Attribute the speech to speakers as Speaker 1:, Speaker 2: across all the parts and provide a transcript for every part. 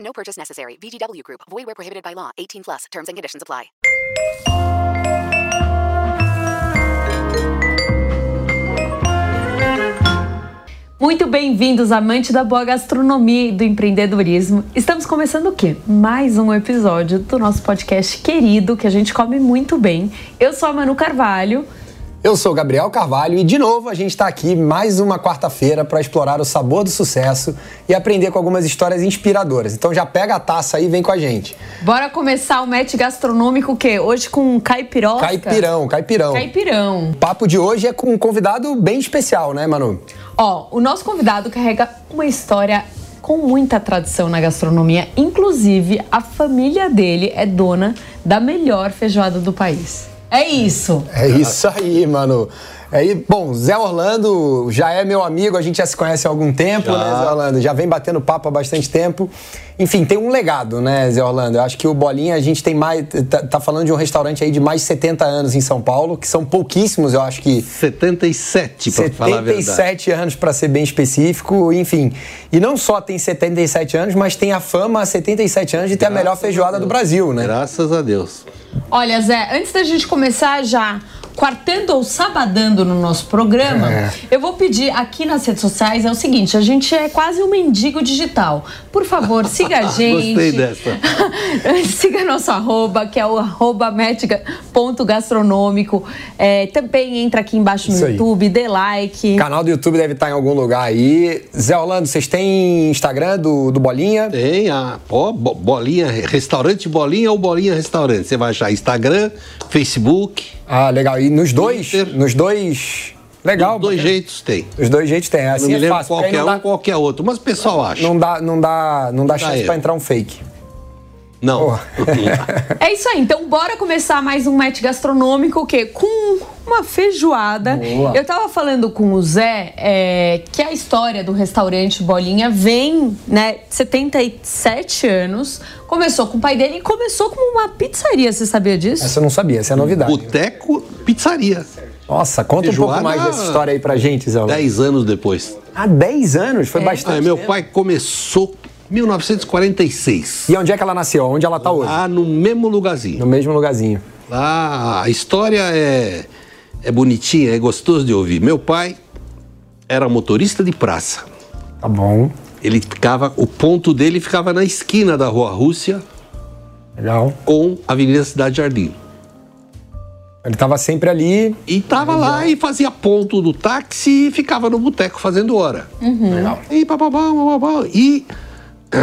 Speaker 1: No purchase necessary. VGW Group. Void where prohibited by law. 18 plus. Terms and conditions apply.
Speaker 2: Muito bem-vindos, amante da boa gastronomia e do empreendedorismo. Estamos começando o quê? Mais um episódio do nosso podcast querido, que a gente come muito bem. Eu sou a Manu Carvalho.
Speaker 3: Eu sou o Gabriel Carvalho e de novo a gente está aqui mais uma quarta-feira para explorar o sabor do sucesso e aprender com algumas histórias inspiradoras. Então já pega a taça aí e vem com a gente.
Speaker 2: Bora começar o match gastronômico o quê? Hoje com caipirosca?
Speaker 3: Caipirão, caipirão.
Speaker 2: Caipirão.
Speaker 3: O papo de hoje é com um convidado bem especial, né, Manu?
Speaker 2: Ó, o nosso convidado carrega uma história com muita tradição na gastronomia. Inclusive, a família dele é dona da melhor feijoada do país. É isso.
Speaker 3: É isso aí, Manu. É, e, bom, Zé Orlando já é meu amigo, a gente já se conhece há algum tempo, né, Zé Orlando? Já vem batendo papo há bastante tempo. Enfim, tem um legado, né, Zé Orlando? Eu acho que o Bolinha, a gente tem mais. Tá, tá falando de um restaurante aí de mais de 70 anos em São Paulo, que são pouquíssimos, eu acho que.
Speaker 4: 77, pra falar a verdade.
Speaker 3: 77 anos, para ser bem específico, enfim. E não só tem 77 anos, mas tem a fama há 77 anos de ter a melhor feijoada do Brasil, né?
Speaker 4: Graças a Deus.
Speaker 2: Olha, Zé, antes da gente começar já quartando ou sabadando no nosso programa,
Speaker 3: É.
Speaker 2: eu vou pedir aqui nas redes sociais é o seguinte, a gente é quase um mendigo digital. Por favor, siga a gente.
Speaker 4: Gostei dessa.
Speaker 2: siga nosso arroba, que é o arroba médica ponto gastronômico. É, também entra aqui embaixo no
Speaker 3: Isso aí.
Speaker 2: YouTube, dê like.
Speaker 3: Canal do YouTube deve estar em algum lugar aí. Zé Orlando, vocês têm Instagram do, do Bolinha?
Speaker 4: Tem a ó, bo- bolinha, restaurante bolinha ou bolinha restaurante. Você vai achar Instagram, Facebook.
Speaker 3: Ah, legal. E nos dois?
Speaker 4: Twitter.
Speaker 3: Nos dois. Legal.
Speaker 4: Dos dois
Speaker 3: bacana.
Speaker 4: jeitos tem.
Speaker 3: Os dois jeitos tem.
Speaker 4: Não
Speaker 3: Assim
Speaker 4: me
Speaker 3: é
Speaker 4: lembro um
Speaker 3: fácil.
Speaker 4: qual
Speaker 3: porque
Speaker 4: que é
Speaker 3: aí
Speaker 4: um,
Speaker 3: não, dá,
Speaker 4: qual que é outro, mas o pessoal acha.
Speaker 3: não dá, não dá, não dá chance
Speaker 4: erro.
Speaker 3: pra entrar um fake.
Speaker 4: Não.
Speaker 2: É isso aí, então bora começar mais um match gastronômico, o quê? Com uma feijoada. Eu tava falando com o Zé é, que a história do restaurante Bolinha vem, né, 77 anos. Começou com o pai dele e começou como uma pizzaria, você sabia disso?
Speaker 3: Essa eu não sabia, essa é novidade.
Speaker 4: Boteco, pizzaria.
Speaker 3: Nossa, conta um pouco
Speaker 4: Feijoada-
Speaker 3: mais dessa história aí pra gente, Zé Orlando.
Speaker 4: Dez anos depois.
Speaker 3: Há 10 anos? Foi
Speaker 4: Ah,
Speaker 3: bastante.
Speaker 4: meu pai começou em 1946.
Speaker 3: E onde é que ela nasceu? Onde ela tá hoje?
Speaker 4: Lá no mesmo lugarzinho.
Speaker 3: No mesmo lugarzinho.
Speaker 4: Lá Ah, a história é, é bonitinha, é gostoso de ouvir. Meu pai era motorista de praça.
Speaker 3: Tá bom.
Speaker 4: Ele ficava, o ponto dele ficava na esquina da Rua Rússia
Speaker 3: Legal.
Speaker 4: com a Avenida Cidade Jardim.
Speaker 3: Ele tava sempre ali.
Speaker 4: E tava lá e fazia ponto do táxi e ficava no boteco fazendo hora.
Speaker 3: Legal.
Speaker 4: E, pá, pá, pá, pá, pá, pá. E,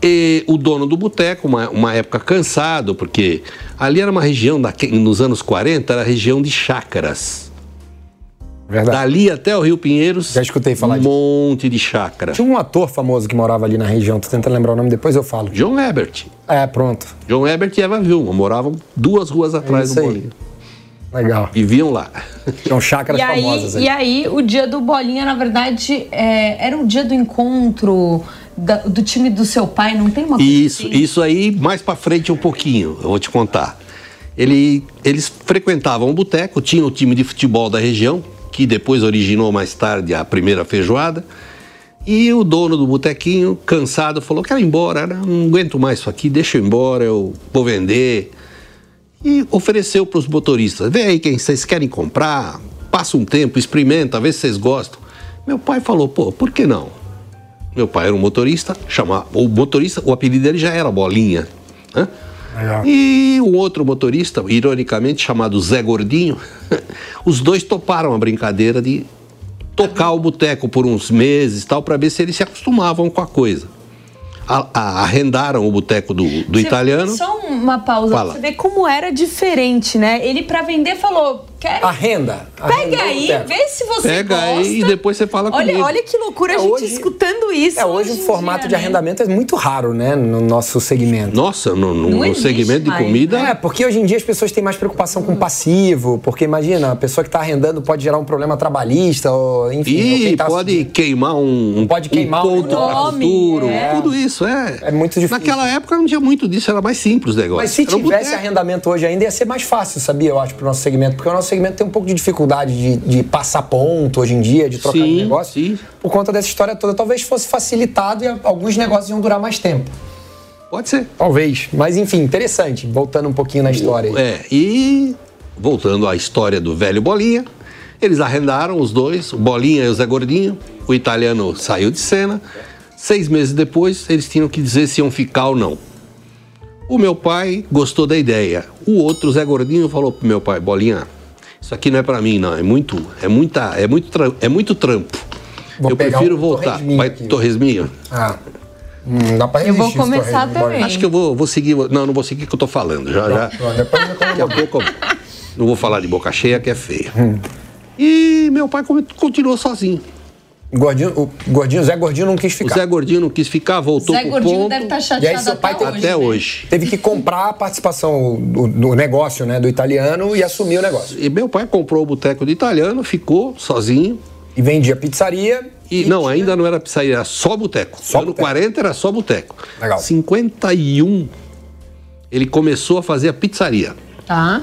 Speaker 4: e o dono do boteco, uma, uma época cansado, porque ali era uma região, daque- nos anos 40, era a região de chácaras.
Speaker 3: Verdade.
Speaker 4: Dali até o Rio Pinheiros.
Speaker 3: Tá. Já escutei falar
Speaker 4: um
Speaker 3: disso.
Speaker 4: monte de chácara.
Speaker 3: Tinha um ator famoso que morava ali na região, tô tentando lembrar o nome, depois eu falo.
Speaker 4: John Ebert.
Speaker 3: É, pronto.
Speaker 4: John Ebert e Eva Vilma moravam duas ruas
Speaker 3: É
Speaker 4: atrás
Speaker 3: isso
Speaker 4: do
Speaker 3: aí.
Speaker 4: bolinho.
Speaker 3: Legal.
Speaker 4: Viviam lá.
Speaker 3: São chácaras
Speaker 2: E aí,
Speaker 3: um é famosas aí.
Speaker 2: e aí, o dia do Bolinha, na verdade, é, era o dia do encontro da- do time do seu pai, não tem uma coisa
Speaker 4: Isso,
Speaker 2: assim?
Speaker 4: isso aí mais pra frente um pouquinho, eu vou te contar. Ele, eles frequentavam o boteco, tinha o time de futebol da região, que depois originou mais tarde a primeira feijoada. E o dono do botequinho, cansado, falou: Quero ir embora, né? não aguento mais isso aqui, deixa eu ir embora, eu vou vender. E ofereceu para os motoristas: Vê aí quem vocês querem comprar, passa um tempo, experimenta, vê se vocês gostam. Meu pai falou: Pô, por que não? Meu pai era um motorista, chamava, o motorista, o apelido dele já era Bolinha. né?
Speaker 3: É.
Speaker 5: Legal.
Speaker 4: E o outro motorista, ironicamente chamado Zé Gordinho, os dois toparam a brincadeira de tocar o boteco por uns meses tal, para ver se eles se acostumavam com a coisa. A- a- arrendaram o boteco do, do
Speaker 2: Você-
Speaker 4: italiano.
Speaker 2: Só uma pausa
Speaker 4: Fala.
Speaker 2: pra você ver como era diferente, né? Ele, pra vender, falou: quer.
Speaker 3: A renda. a renda é um
Speaker 2: Pega
Speaker 3: do
Speaker 2: aí,
Speaker 3: boteco.
Speaker 2: vê se você
Speaker 4: Pega
Speaker 2: gosta.
Speaker 4: aí e depois você fala
Speaker 2: olha,
Speaker 4: comigo.
Speaker 2: Olha que loucura a
Speaker 3: É,
Speaker 2: gente
Speaker 3: hoje-
Speaker 2: escutando isso.
Speaker 3: É, hoje o
Speaker 2: em
Speaker 3: formato
Speaker 2: dia,
Speaker 3: de
Speaker 2: né?
Speaker 3: arrendamento é muito raro, né, no nosso segmento.
Speaker 4: Nossa, no, no-
Speaker 2: um Não
Speaker 4: no
Speaker 2: existe
Speaker 4: segmento de
Speaker 2: mais, né?
Speaker 4: comida.
Speaker 3: É, porque hoje em dia as pessoas têm mais preocupação com passivo, porque imagina, a pessoa que está arrendando pode gerar um problema trabalhista, ou enfim. ou
Speaker 4: E
Speaker 3: quem tá-
Speaker 4: pode queimar um, um-
Speaker 3: Pode
Speaker 4: um
Speaker 3: queimar um
Speaker 4: ponto para
Speaker 2: nome,
Speaker 4: futuro.
Speaker 2: é.
Speaker 4: Tudo isso, é.
Speaker 3: É muito difícil.
Speaker 4: Naquela época não tinha muito disso, era mais simples o negócio.
Speaker 3: Mas se
Speaker 4: Era um
Speaker 3: tivesse
Speaker 4: boteco.
Speaker 3: arrendamento hoje ainda, ia ser mais fácil, sabia? Eu acho, pro nosso segmento. Porque o nosso segmento tem um pouco de dificuldade de, de passar ponto hoje em dia, de trocar
Speaker 4: Sim,
Speaker 3: de negócio.
Speaker 4: sim.
Speaker 3: Por conta dessa história toda. Talvez fosse facilitado e a- alguns negócios iam durar mais tempo.
Speaker 4: Pode ser.
Speaker 3: Talvez. Mas enfim, interessante. Voltando um pouquinho na história. aí.
Speaker 4: É, e voltando à história do velho Bolinha, eles arrendaram os dois, o Bolinha e o Zé Gordinho. O italiano saiu de cena. Seis meses depois, eles tinham que dizer se iam ficar ou não. O meu pai gostou da ideia. O outro, Zé Gordinho, falou pro meu pai, Bolinha, isso aqui não é pra mim, não. É muito, é muita, é muito, tra- é muito trampo.
Speaker 3: Vou
Speaker 4: Eu
Speaker 3: pegar
Speaker 4: prefiro
Speaker 3: um
Speaker 4: voltar.
Speaker 3: torresminho
Speaker 4: Vai,
Speaker 3: aqui.
Speaker 4: torresminho.
Speaker 3: Ah. Hum, não dá pra
Speaker 2: Eu vou
Speaker 3: resistir esse
Speaker 2: começar
Speaker 3: torresmo, bora.
Speaker 2: também.
Speaker 4: Acho que eu vou, vou seguir. Não, não vou seguir o que eu tô falando. Já, já.
Speaker 3: Pronto, depois eu
Speaker 4: Daqui a
Speaker 3: como.
Speaker 4: pouco eu- não vou falar de boca cheia, que é feia.
Speaker 3: Hum.
Speaker 4: E meu pai come- continuou sozinho.
Speaker 3: Gordinho, o Gordinho, o Zé Gordinho não quis
Speaker 4: O
Speaker 3: ficar.
Speaker 4: Zé Gordinho não quis ficar, voltou
Speaker 2: Zé
Speaker 4: pro
Speaker 2: Gordinho
Speaker 4: ponto
Speaker 2: deve estar
Speaker 3: E aí
Speaker 2: chateado
Speaker 3: seu pai tá
Speaker 2: até, hoje.
Speaker 3: tem-
Speaker 4: até
Speaker 2: né?
Speaker 4: hoje.
Speaker 3: Teve que comprar a participação do, do negócio, né, do italiano e assumir o negócio.
Speaker 4: E meu pai comprou o boteco do italiano, ficou sozinho.
Speaker 3: E vendia pizzaria.
Speaker 4: E, não,
Speaker 2: né?
Speaker 4: ainda não era pizzaria, era só boteco.
Speaker 3: Só
Speaker 4: ano
Speaker 3: boteco.
Speaker 4: 40 era só boteco.
Speaker 3: Legal.
Speaker 4: 51 ele começou a fazer a pizzaria.
Speaker 2: Tá.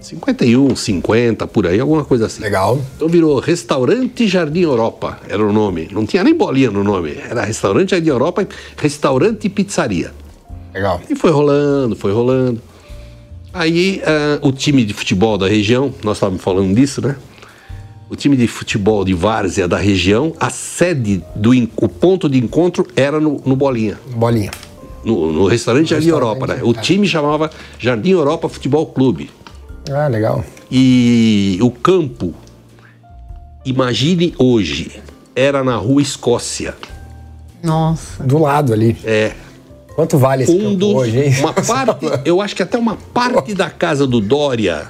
Speaker 4: 51, 50, por aí, alguma coisa assim.
Speaker 3: Legal.
Speaker 4: Então virou Restaurante Jardim Europa, era o nome. Não tinha nem bolinha no nome. Era Restaurante Jardim Europa, Restaurante e Pizzaria.
Speaker 3: Legal.
Speaker 4: E foi rolando, foi rolando. Aí ah, o time de futebol da região, nós estávamos falando disso, né? O time de futebol de várzea da região, a sede do en- o ponto de encontro era no, no Bolinha,
Speaker 3: Bolinha.
Speaker 4: no, no restaurante Jardim
Speaker 3: Restaurante,
Speaker 4: Europa, né? O time chamava Jardim Europa Futebol Clube.
Speaker 3: Ah, legal.
Speaker 4: E o campo, imagine hoje, era na rua Escócia.
Speaker 2: Nossa.
Speaker 3: Do lado ali.
Speaker 4: É,
Speaker 3: Quanto vale esse
Speaker 4: um
Speaker 3: campo
Speaker 4: dos,
Speaker 3: hoje, hein?
Speaker 4: uma parte, eu acho que até uma parte da casa do Dória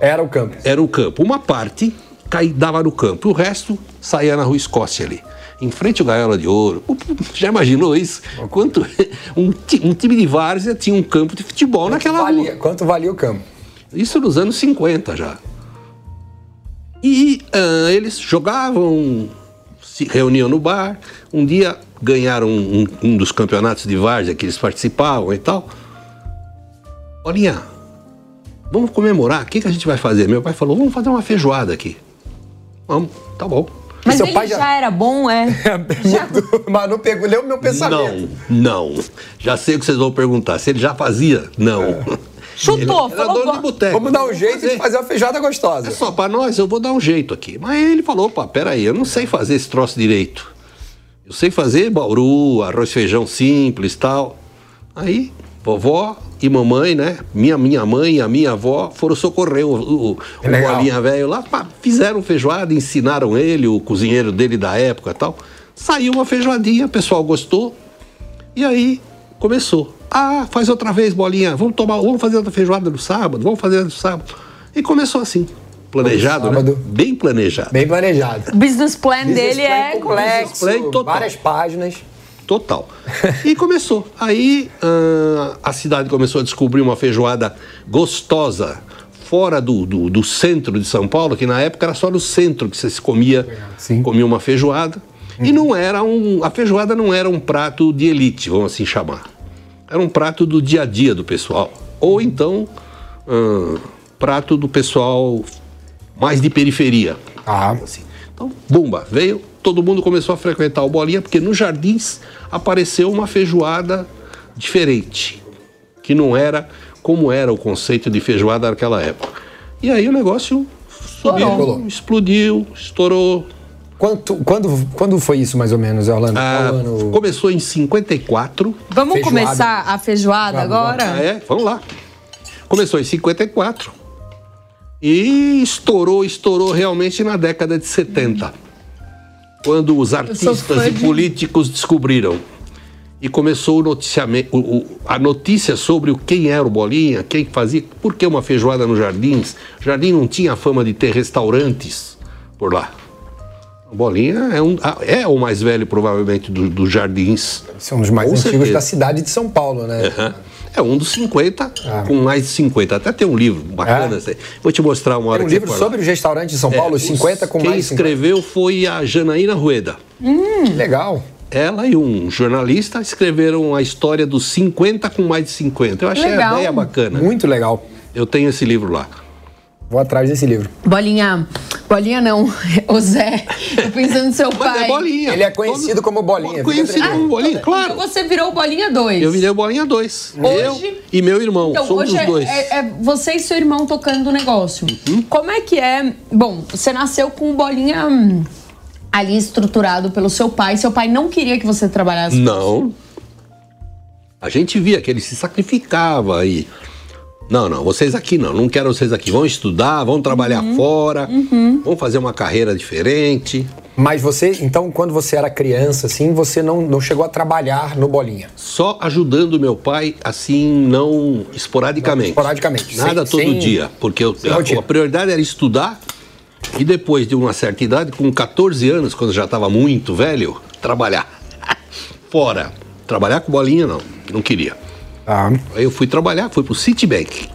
Speaker 3: Era o campo.
Speaker 4: era o campo. Uma parte cai, dava no campo, e o resto saía na rua Escócia ali. Em frente ao Gaiola de Ouro. Já imaginou isso? Quanto um, ti- um time de várzea tinha um campo de futebol naquela rua.
Speaker 3: Valia, quanto valia o campo?
Speaker 4: Isso nos anos 50 já. E ah, eles jogavam, se reuniam no bar. Um dia ganharam um, um dos campeonatos de várzea que eles participavam e tal. Olhinha, vamos comemorar. O que, que a gente vai fazer? Meu pai falou: vamos fazer uma feijoada aqui. Vamos, tá bom.
Speaker 2: Mas
Speaker 3: seu
Speaker 2: ele
Speaker 3: pai já-
Speaker 2: já... era bom, é?
Speaker 3: Mas não pegou, leu meu pensamento.
Speaker 4: Não, não. Já sei o que vocês vão perguntar. Se ele já fazia? Não.
Speaker 2: É. Chutou,
Speaker 4: Era
Speaker 2: falou.
Speaker 4: dono de
Speaker 2: "Bom,
Speaker 4: boteco.
Speaker 3: Vamos dar um
Speaker 4: Vamos
Speaker 3: jeito de
Speaker 4: fazer.
Speaker 3: fazer uma feijoada gostosa.
Speaker 4: É só pra nós, eu vou dar um jeito aqui. Mas ele falou, opa, peraí, eu não sei fazer esse troço direito. Eu sei fazer bauru, arroz, feijão simples tal. Aí, vovó e mamãe, né? Minha, minha mãe e a minha avó foram socorrer o, o, o
Speaker 3: Legal.
Speaker 4: bolinha velho lá. pá, fizeram feijoada, ensinaram ele, o cozinheiro dele da época tal. Saiu uma feijoadinha, o pessoal gostou. E aí começou. Ah, faz outra vez, bolinha. Vamos tomar, vamos fazer outra feijoada no sábado, vamos fazer no sábado. E começou assim. Planejado, né?
Speaker 3: Sábado.
Speaker 4: Bem planejado.
Speaker 3: Bem planejado.
Speaker 2: O business plan dele
Speaker 3: Business plan
Speaker 2: é
Speaker 4: complexo. Business plan total.
Speaker 3: Várias páginas.
Speaker 4: Total. E começou. Aí ah, a cidade começou a descobrir uma feijoada gostosa, fora do, do, do centro de São Paulo, que na época era só no centro que você se comia,
Speaker 3: Sim.
Speaker 4: comia uma feijoada. E não era um. A feijoada não era um prato de elite, vamos assim chamar. Era um prato do dia a dia do pessoal. Ou então, ah, prato do pessoal mais de periferia.
Speaker 3: Ah,
Speaker 4: Assim. Então, bomba, veio, todo mundo começou a frequentar o Bolinha, porque nos jardins apareceu uma feijoada diferente, que não era como era o conceito de feijoada naquela época. E aí o negócio subiu,
Speaker 3: Estourou.
Speaker 4: explodiu, estourou.
Speaker 3: Quanto, quando, quando foi isso, mais ou menos, Zé Orlando?
Speaker 4: Ah,
Speaker 3: Qual ano?
Speaker 4: começou em 54.
Speaker 2: Vamos
Speaker 3: Feijoada.
Speaker 2: começar a feijoada
Speaker 3: Vamos,
Speaker 2: agora?
Speaker 4: Ah, é? Vamos lá. Começou em 54 e estourou, estourou realmente na década de 70, quando os
Speaker 2: fã
Speaker 4: artistas e
Speaker 2: de-
Speaker 4: políticos descobriram. E começou o noticiame- o- o- a notícia sobre o quem era o Bolinha, quem fazia, por que uma feijoada nos jardins. Jardim não tinha a fama de ter restaurantes por lá. O Bolinha é, um- é o mais velho, provavelmente, do- dos jardins.
Speaker 3: São os é um mais
Speaker 4: Com
Speaker 3: antigos
Speaker 4: certeza.
Speaker 3: da cidade de São Paulo, né?
Speaker 4: Hã? É um dos 50, com mais de 50. Até tem um livro bacana.
Speaker 3: Ah. É?
Speaker 4: esse aí. Vou te mostrar uma hora
Speaker 3: Tem um
Speaker 4: que você
Speaker 3: livro
Speaker 4: for lá.
Speaker 3: sobre os restaurantes de São
Speaker 4: É,
Speaker 3: Paulo, os
Speaker 4: os-
Speaker 3: 50 com
Speaker 4: Quem
Speaker 3: mais 50.
Speaker 4: escreveu foi a Janaína Rueda.
Speaker 3: Que legal.
Speaker 4: Ela e um jornalista escreveram a história dos 50 com mais de 50. Eu achei
Speaker 2: Legal.
Speaker 4: a ideia bacana.
Speaker 3: Muito legal.
Speaker 4: Eu tenho esse livro lá.
Speaker 3: Vou atrás desse livro.
Speaker 2: Bolinha. Bolinha não, o Zé. Tô pensando no seu
Speaker 4: Mas
Speaker 2: pai.
Speaker 4: é bolinha.
Speaker 3: Ele é conhecido como Bolinha,
Speaker 4: Conhecido
Speaker 3: fica
Speaker 4: como bolinha, claro.
Speaker 2: Então você virou Bolinha 2.
Speaker 4: Eu virei o bolinha 2.
Speaker 2: Hoje-
Speaker 4: Eu e meu irmão.
Speaker 2: Então,
Speaker 4: somos
Speaker 2: hoje
Speaker 4: os
Speaker 2: é-
Speaker 4: um dois. Uhum.
Speaker 2: É, é você e seu irmão tocando o negócio. Como é que é? Bom, você nasceu com o bolinha hum, ali estruturado pelo seu pai. Seu pai não queria que você trabalhasse.
Speaker 4: Não. A gente via que ele se sacrificava aí. Não, não, vocês aqui não, não quero vocês aqui. Vão estudar, vão trabalhar fora, vão fazer uma carreira diferente.
Speaker 3: Mas você, então, quando você era criança, assim, você não, não chegou a trabalhar no Bolinha.
Speaker 4: Só ajudando meu pai, assim, não esporadicamente.
Speaker 3: Esporadicamente,
Speaker 4: Nada
Speaker 3: sem-
Speaker 4: todo
Speaker 3: sem-
Speaker 4: dia, porque eu-
Speaker 3: sem
Speaker 4: a,
Speaker 3: rotina.
Speaker 4: a prioridade era estudar. E depois de uma certa idade, com 14 anos, quando eu já estava muito velho, trabalhar. Fora. Trabalhar com bolinha, não. Não queria.
Speaker 3: Ah.
Speaker 4: Aí eu fui trabalhar, fui pro Citibank.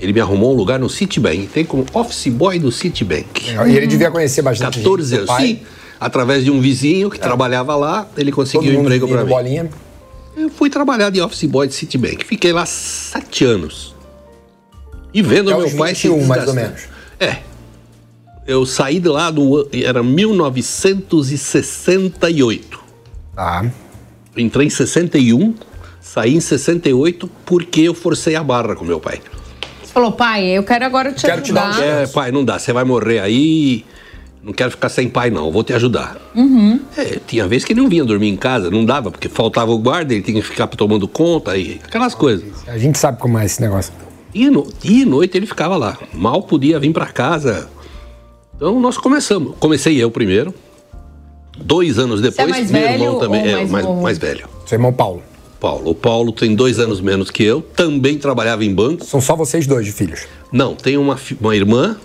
Speaker 4: Ele me arrumou um lugar no Citibank. Tem como office boy do Citibank.
Speaker 3: E ele devia conhecer bastante. gente,
Speaker 4: 14
Speaker 3: É, seu
Speaker 4: Uhum.
Speaker 3: É.
Speaker 4: anos. Sim, através de um vizinho que trabalhava lá, ele
Speaker 3: Todo
Speaker 4: conseguiu um
Speaker 3: mundo
Speaker 4: emprego
Speaker 3: vinha
Speaker 4: para
Speaker 3: no
Speaker 4: mim.
Speaker 3: Bolinha.
Speaker 4: Eu fui trabalhar de office boy de Citibank. Fiquei lá sete anos. E vendo
Speaker 3: Até
Speaker 4: meu
Speaker 3: os
Speaker 4: pai se
Speaker 3: 21, mais ou
Speaker 4: desgastar. É. Eu saí de lá, do, an- era 1968.
Speaker 3: Tá.
Speaker 4: Entrei em 61, saí em 68 porque eu forcei a barra com meu pai.
Speaker 2: Você falou, pai, eu quero agora te
Speaker 3: Quero te dar um
Speaker 2: ajudar.
Speaker 3: jeito.
Speaker 4: É, pai, não dá, você vai morrer aí. Não quero ficar sem pai, não, vou te ajudar.
Speaker 2: Uhum.
Speaker 4: É, tinha vez que ele não vinha dormir em casa, não dava, porque faltava o guarda, ele tinha que ficar tomando conta e aquelas coisas.
Speaker 3: A gente sabe como é esse negócio.
Speaker 4: E no, dia e noite ele ficava lá, mal podia vir para casa. Então nós começamos. Comecei eu primeiro. Dois anos depois,
Speaker 2: é mais
Speaker 4: meu
Speaker 2: velho
Speaker 4: irmão
Speaker 2: ou
Speaker 4: também. é,
Speaker 2: mais
Speaker 4: mais,
Speaker 2: novo?
Speaker 4: mais velho.
Speaker 3: Seu irmão Paulo.
Speaker 4: Paulo. O Paulo tem dois anos menos que eu, também trabalhava em banco.
Speaker 3: São só vocês dois de filhos.
Speaker 4: Não, tem uma, fi- uma irmã,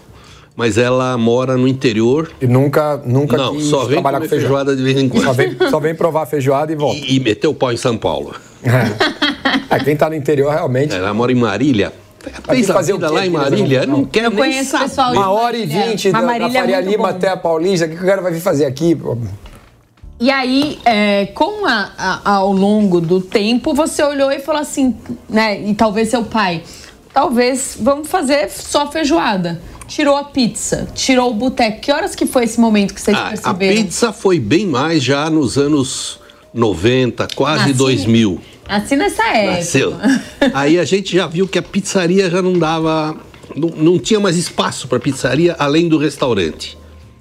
Speaker 4: mas ela mora no interior.
Speaker 3: E nunca, nunca
Speaker 4: Não,
Speaker 3: quis
Speaker 4: só vem
Speaker 3: trabalhar
Speaker 4: comer
Speaker 3: com feijoada.
Speaker 4: feijoada de vez em quando.
Speaker 3: Só vem, só vem provar a feijoada e volta.
Speaker 4: E, e meteu o pau em São Paulo.
Speaker 3: É. É, quem tá no interior realmente.
Speaker 4: Ela mora em Marília. Fez a
Speaker 3: fazer o
Speaker 4: vida
Speaker 3: quê,
Speaker 4: lá em
Speaker 3: querida?
Speaker 4: Marília, não,
Speaker 3: Não.
Speaker 4: quer
Speaker 2: Eu
Speaker 4: nem
Speaker 2: conheço o
Speaker 4: saber.
Speaker 2: pessoal de
Speaker 3: Uma hora e
Speaker 2: Marília.
Speaker 3: vinte
Speaker 2: Mas
Speaker 3: da, da
Speaker 2: Marília é
Speaker 3: Faria
Speaker 2: muito
Speaker 3: Lima
Speaker 2: bom.
Speaker 3: até a Paulista. O que que o cara vai vir fazer aqui? pô?
Speaker 2: E aí, é, com a- a- ao longo do tempo, você olhou e falou assim, né? E talvez seu pai, talvez vamos fazer só feijoada. Tirou a pizza, tirou o boteco. Que horas que foi esse momento que vocês
Speaker 4: Ah, a
Speaker 2: perceberam?
Speaker 4: pizza foi bem mais já nos anos 90, quase
Speaker 2: Nasci-
Speaker 4: 2000.
Speaker 2: Assim nessa época.
Speaker 4: Nasceu. Aí a gente já viu que a pizzaria já não dava. Não, não tinha mais espaço para pizzaria além do restaurante.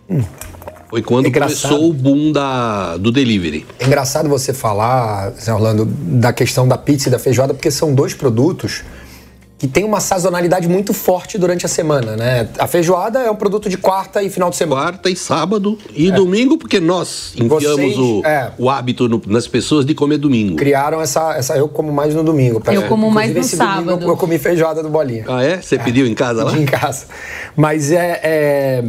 Speaker 2: Hum.
Speaker 4: Foi
Speaker 2: É
Speaker 4: quando
Speaker 3: Engraçado.
Speaker 4: começou o boom da, do delivery.
Speaker 3: É engraçado você falar, Zé Orlando, da questão da pizza e da feijoada, porque são dois produtos que têm uma sazonalidade muito forte durante a semana, né? A feijoada é um produto de quarta e final de semana.
Speaker 4: Quarta e sábado e domingo, porque nós enfiamos
Speaker 3: É. Vocês,
Speaker 4: o,
Speaker 3: é.
Speaker 4: o hábito no- nas pessoas de comer domingo.
Speaker 3: Criaram essa, essa. Eu como mais no domingo. pra-
Speaker 2: Eu como mais
Speaker 3: Inclusive,
Speaker 2: no
Speaker 3: esse domingo
Speaker 2: sábado.
Speaker 3: eu- eu comi feijoada do Bolinha.
Speaker 4: Ah, é? Você pediu em casa lá?
Speaker 3: em casa. Mas é, é,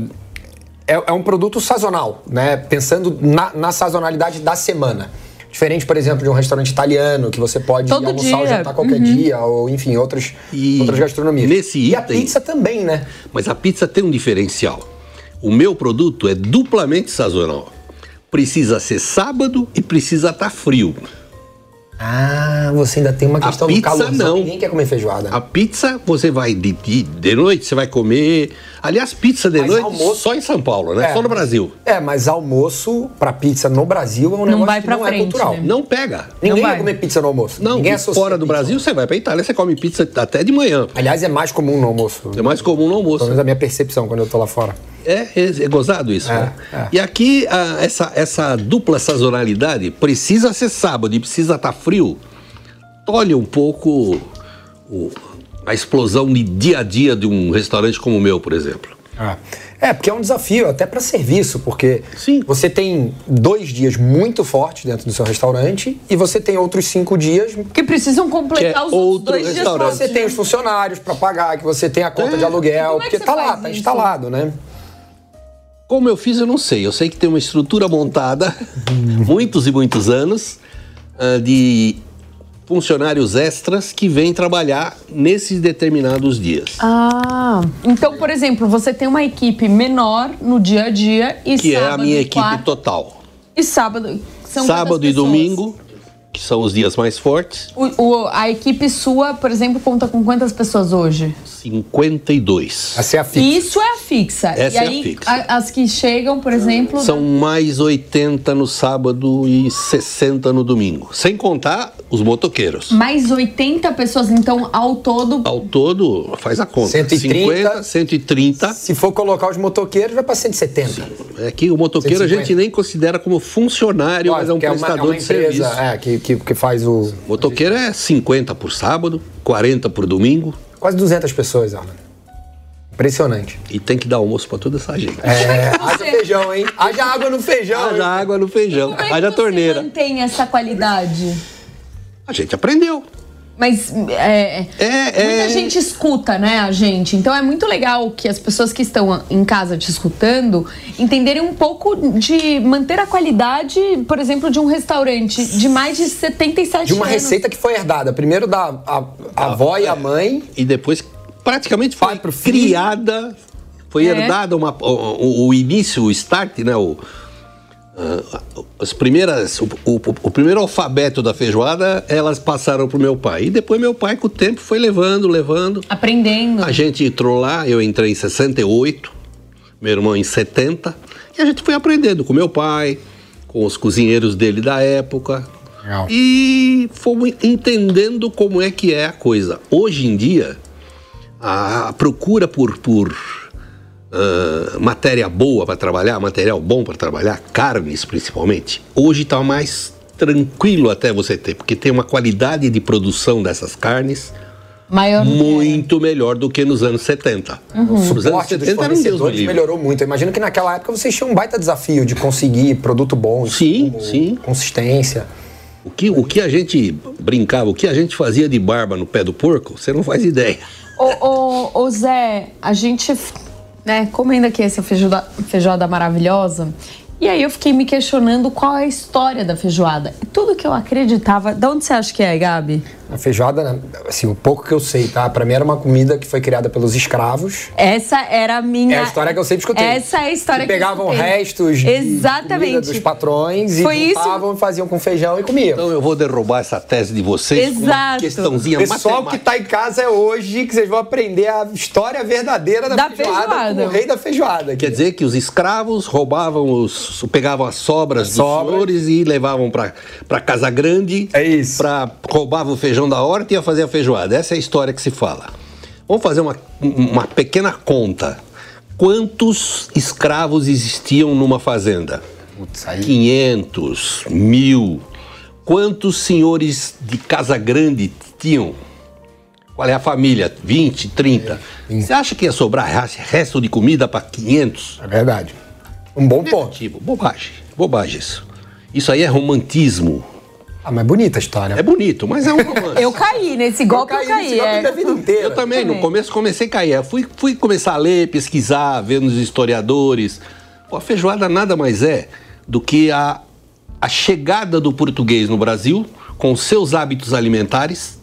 Speaker 3: é, é um produto sazonal, né? Pensando na, na sazonalidade da semana. Diferente, por exemplo, de um restaurante italiano, que você pode
Speaker 2: Todo
Speaker 3: almoçar ou
Speaker 2: dia.
Speaker 3: jantar qualquer dia, Uhum. ou enfim, outras,
Speaker 4: E
Speaker 3: outras gastronomias.
Speaker 4: nesse
Speaker 3: e a
Speaker 4: item-
Speaker 3: pizza também, né?
Speaker 4: Mas a pizza tem um diferencial. O meu produto é duplamente sazonal. Precisa ser sábado e precisa estar frio.
Speaker 3: Ah, você ainda tem uma
Speaker 4: A
Speaker 3: questão do
Speaker 4: pizza,
Speaker 3: calor.
Speaker 4: não.
Speaker 3: Ninguém quer comer feijoada.
Speaker 4: A pizza você vai de, de, de noite, você vai comer. Aliás, pizza de
Speaker 3: Mas
Speaker 4: noite
Speaker 3: almoço-
Speaker 4: só em São Paulo, né?
Speaker 3: É,
Speaker 4: Só no Brasil.
Speaker 3: É, mas almoço pra pizza no Brasil é um negócio
Speaker 2: vai
Speaker 3: que
Speaker 2: pra
Speaker 3: não é
Speaker 2: frente,
Speaker 3: cultural.
Speaker 2: né?
Speaker 4: Não pega.
Speaker 3: Ninguém
Speaker 2: Não
Speaker 3: vai
Speaker 2: vai.
Speaker 3: comer pizza no almoço.
Speaker 4: Não,
Speaker 3: Ninguém
Speaker 4: e
Speaker 3: associa
Speaker 4: fora do
Speaker 3: pizza.
Speaker 4: Brasil você vai pra Itália, você come pizza até de manhã.
Speaker 3: Aliás, é mais comum no almoço.
Speaker 4: É mais comum no
Speaker 3: Pelo
Speaker 4: almoço.
Speaker 3: menos a minha percepção quando eu tô lá fora.
Speaker 4: É, é, é gozado isso.
Speaker 3: É,
Speaker 4: né?
Speaker 3: é.
Speaker 4: E aqui, a- essa, essa dupla sazonalidade precisa ser sábado e precisa estar frio. Tolhe um pouco o- a explosão de dia a dia de um restaurante como o meu, por exemplo.
Speaker 3: É, porque é um desafio, até para serviço, porque
Speaker 4: Sim.
Speaker 3: você tem dois dias muito fortes dentro do seu restaurante e você tem outros cinco dias que
Speaker 2: Porque precisam completar
Speaker 4: Que é
Speaker 2: os outros
Speaker 4: outro
Speaker 2: dois dias
Speaker 4: restaurante.
Speaker 3: você tem os funcionários para pagar, que você tem a conta de aluguel,
Speaker 2: Como é que
Speaker 3: porque
Speaker 2: você
Speaker 3: tá lá,
Speaker 2: faz
Speaker 3: tá
Speaker 2: isso?
Speaker 3: instalado, né?
Speaker 4: Como eu fiz, eu não sei. Eu sei que tem uma estrutura montada, muitos e muitos anos, ah, de funcionários extras que vêm trabalhar nesses determinados dias.
Speaker 2: Ah, então, por exemplo, você tem uma equipe menor no dia a dia e
Speaker 4: que é
Speaker 2: sábado
Speaker 4: a minha
Speaker 2: e
Speaker 4: equipe
Speaker 2: quarta-
Speaker 4: total.
Speaker 2: E sábado. são
Speaker 4: Sábado
Speaker 2: quantas
Speaker 4: e
Speaker 2: pessoas?
Speaker 4: domingo, que são os dias mais fortes,
Speaker 2: O- o- a equipe sua, por exemplo, conta com quantas pessoas hoje?
Speaker 4: 52.
Speaker 3: Essa é a
Speaker 2: E
Speaker 3: fixa.
Speaker 2: Isso é a fixa.
Speaker 4: Essa
Speaker 2: e
Speaker 4: é a
Speaker 2: aí,
Speaker 4: fixa.
Speaker 2: a- as que chegam, por exemplo.
Speaker 4: São mais 80 no sábado e 60 no domingo. Sem contar os motoqueiros.
Speaker 2: Mais 80 pessoas, então, ao todo.
Speaker 4: Ao todo, faz a conta.
Speaker 3: 130.
Speaker 4: 50, 130.
Speaker 3: Se for colocar os motoqueiros, vai para 170.
Speaker 4: É que o motoqueiro a
Speaker 3: 150.
Speaker 4: gente nem considera como funcionário, mas é um
Speaker 3: Porque
Speaker 4: prestador de serviço.
Speaker 3: é, que, que, que faz o.
Speaker 4: Motoqueiro é 50 por sábado, 40 por domingo
Speaker 3: Quase 200 pessoas, Arlan. Impressionante.
Speaker 4: e tem que dar almoço pra toda essa gente.
Speaker 3: É,
Speaker 2: Então,
Speaker 3: haja feijão, hein? Haja água no feijão.
Speaker 4: Haja
Speaker 3: hein?
Speaker 4: água no feijão,
Speaker 2: Como é que
Speaker 4: haja
Speaker 2: você
Speaker 4: torneira.
Speaker 2: mantém essa qualidade?
Speaker 4: A gente aprendeu.
Speaker 2: Mas é,
Speaker 4: É,
Speaker 2: muita
Speaker 4: é-
Speaker 2: gente escuta, né, a gente. Então é muito legal que as pessoas que estão em casa te escutando entenderem um pouco de manter a qualidade, por exemplo, de um restaurante de mais de 77
Speaker 3: De uma
Speaker 2: anos.
Speaker 3: receita que foi herdada. Primeiro da a,
Speaker 4: Ah,
Speaker 3: a avó
Speaker 4: é.
Speaker 3: e a mãe.
Speaker 4: E depois praticamente
Speaker 3: Pai
Speaker 4: foi
Speaker 3: pro filho.
Speaker 4: criada, foi
Speaker 2: É.
Speaker 4: herdada uma, o, o- o início, o start, né? O, ah, as primeiras, o, o- o primeiro alfabeto da feijoada, elas passaram pro meu pai. E depois meu pai, com o tempo, foi levando, levando.
Speaker 2: Aprendendo.
Speaker 3: Ah.
Speaker 4: A gente entrou lá, eu entrei em 68, meu irmão em 70, e a gente foi aprendendo com meu pai, com os cozinheiros dele da época.
Speaker 3: Legal.
Speaker 4: E fomos entendendo como é que é a coisa. Hoje em dia, a procura por, por ah, matéria boa para trabalhar, material bom para trabalhar, carnes principalmente, hoje está mais tranquilo até você ter, porque tem uma qualidade de produção dessas carnes
Speaker 2: Maior
Speaker 4: muito melhor do que nos anos 70. Nos
Speaker 3: O
Speaker 4: anos
Speaker 3: corte Uhum. dos
Speaker 4: 70 era um Deus me
Speaker 3: fornecedores
Speaker 4: livre.
Speaker 3: melhorou muito. Eu imagino que naquela época vocês tinham um baita desafio de conseguir produto bom.
Speaker 4: Sim,
Speaker 3: com
Speaker 4: sim.
Speaker 3: Consistência.
Speaker 4: O que, o que a gente brincava, o que a gente fazia de barba no pé do porco, você não faz ideia.
Speaker 2: Ô, ô, ô, Zé, a gente, né, comendo aqui essa feijoada, feijoada maravilhosa. E aí eu fiquei me questionando qual é a história da feijoada. Tudo que eu acreditava. De onde você acha que é, Gabi?
Speaker 3: A feijoada, né, assim, o pouco que eu sei, tá? Pra mim era uma comida que foi criada pelos escravos.
Speaker 2: Essa era a minha.
Speaker 3: É a história que eu sempre escutei.
Speaker 2: Essa é a história
Speaker 3: que
Speaker 2: que eu
Speaker 3: pegavam
Speaker 2: escutei.
Speaker 3: restos de
Speaker 2: Exatamente.
Speaker 3: comida dos patrões e
Speaker 2: Foi isso-
Speaker 3: juntavam, faziam com feijão e comiam.
Speaker 4: Então eu vou derrubar essa tese de vocês com uma
Speaker 2: Exato.
Speaker 4: questãozinha
Speaker 3: Pessoal que
Speaker 4: matemática.
Speaker 3: tá em casa é hoje que vocês vão aprender a história verdadeira da,
Speaker 2: Da
Speaker 3: feijoada,
Speaker 2: feijoada.
Speaker 3: com o rei da feijoada.
Speaker 4: Quer dizer que é os escravos roubavam os. pegavam as sobras dos
Speaker 3: Sobras.
Speaker 4: senhores e levavam para Casa Grande.
Speaker 3: É isso.
Speaker 4: Pra, roubava o feijão da horta e ia fazer a feijoada. Essa é a história que se fala. Vamos fazer uma, um, uma pequena conta. Quantos escravos existiam numa fazenda?
Speaker 3: Putz, aí-
Speaker 4: 500, mil. Quantos senhores de Casa Grande tinham? Qual é a família? 20, 30. Você acha que ia sobrar ra- resto de comida para 500?
Speaker 3: É verdade. Um bom ponto.
Speaker 4: Negativo. Bobagem. Bobagem isso. Isso aí é romantismo.
Speaker 3: Ah, mas bonita a história.
Speaker 4: É bonito, mas é um romance.
Speaker 2: Eu caí nesse golpe, eu caí.
Speaker 3: nesse golpe
Speaker 2: é.
Speaker 3: da vida inteira.
Speaker 4: Eu também, no
Speaker 2: Também.
Speaker 4: começo comecei a cair. Eu Fui, fui começar a ler, pesquisar, ver nos historiadores. Pô, a feijoada nada mais é do que a, a chegada do português no Brasil com seus hábitos alimentares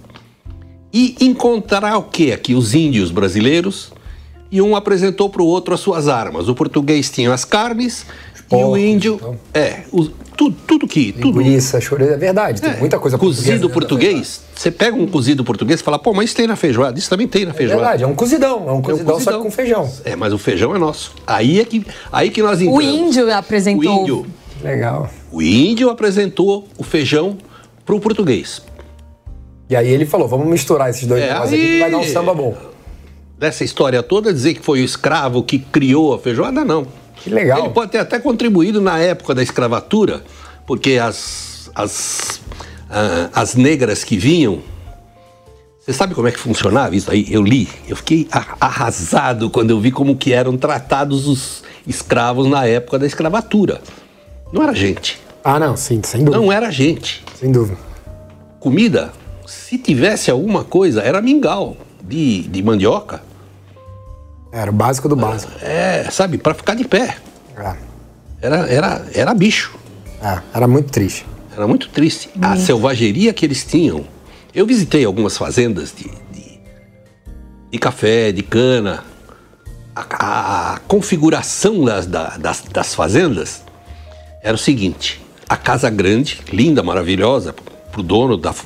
Speaker 4: e encontrar o quê aqui? Os índios brasileiros. E um apresentou para o outro as suas armas. O português tinha as carnes e o
Speaker 3: porcos,
Speaker 4: índio.
Speaker 3: então.
Speaker 4: É, o- tudo, tudo que. Tudo,
Speaker 3: Linguiça, choreza, é verdade. Tem muita coisa portuguesa
Speaker 4: cozido
Speaker 3: dentro
Speaker 4: português. Você pega um cozido português e fala, pô, mas isso tem na feijoada. Isso também tem na
Speaker 3: da- É
Speaker 4: feijoada.
Speaker 3: verdade, é um cozidão. É um cozidão, só que com feijão.
Speaker 4: É, mas o feijão é nosso. Aí é que, aí que nós
Speaker 2: O
Speaker 4: entramos.
Speaker 2: índio
Speaker 4: O
Speaker 2: apresentou.
Speaker 4: índio,
Speaker 3: Legal.
Speaker 4: o índio apresentou o feijão para o português.
Speaker 3: E aí ele falou, vamos misturar esses dois
Speaker 4: É,
Speaker 3: negócios
Speaker 4: aí-
Speaker 3: aqui que vai dar um samba bom.
Speaker 4: dessa história toda dizer que foi o escravo que criou a feijoada, não.
Speaker 3: Que legal.
Speaker 4: Ele pode ter até contribuído na época da escravatura, porque as, as, ah, as negras que vinham. Você sabe como é que funcionava isso aí? Eu li, eu fiquei a- arrasado quando eu vi como que eram tratados os escravos na época da escravatura. Não era gente.
Speaker 5: Ah, não, sim, sem dúvida.
Speaker 4: Não era gente
Speaker 5: Sem dúvida.
Speaker 4: comida, se tivesse alguma coisa, era mingau de, de mandioca.
Speaker 5: Era o básico do básico.
Speaker 4: É, sabe, para ficar de pé.
Speaker 5: É.
Speaker 4: Era, era, era bicho.
Speaker 5: É, era muito triste.
Speaker 4: Era muito triste. A selvageria que eles tinham. Eu visitei algumas fazendas de, de, de café, de cana. A, a- a configuração das, da- das, das fazendas era o seguinte: a casa grande, linda, maravilhosa, para o dono da. f-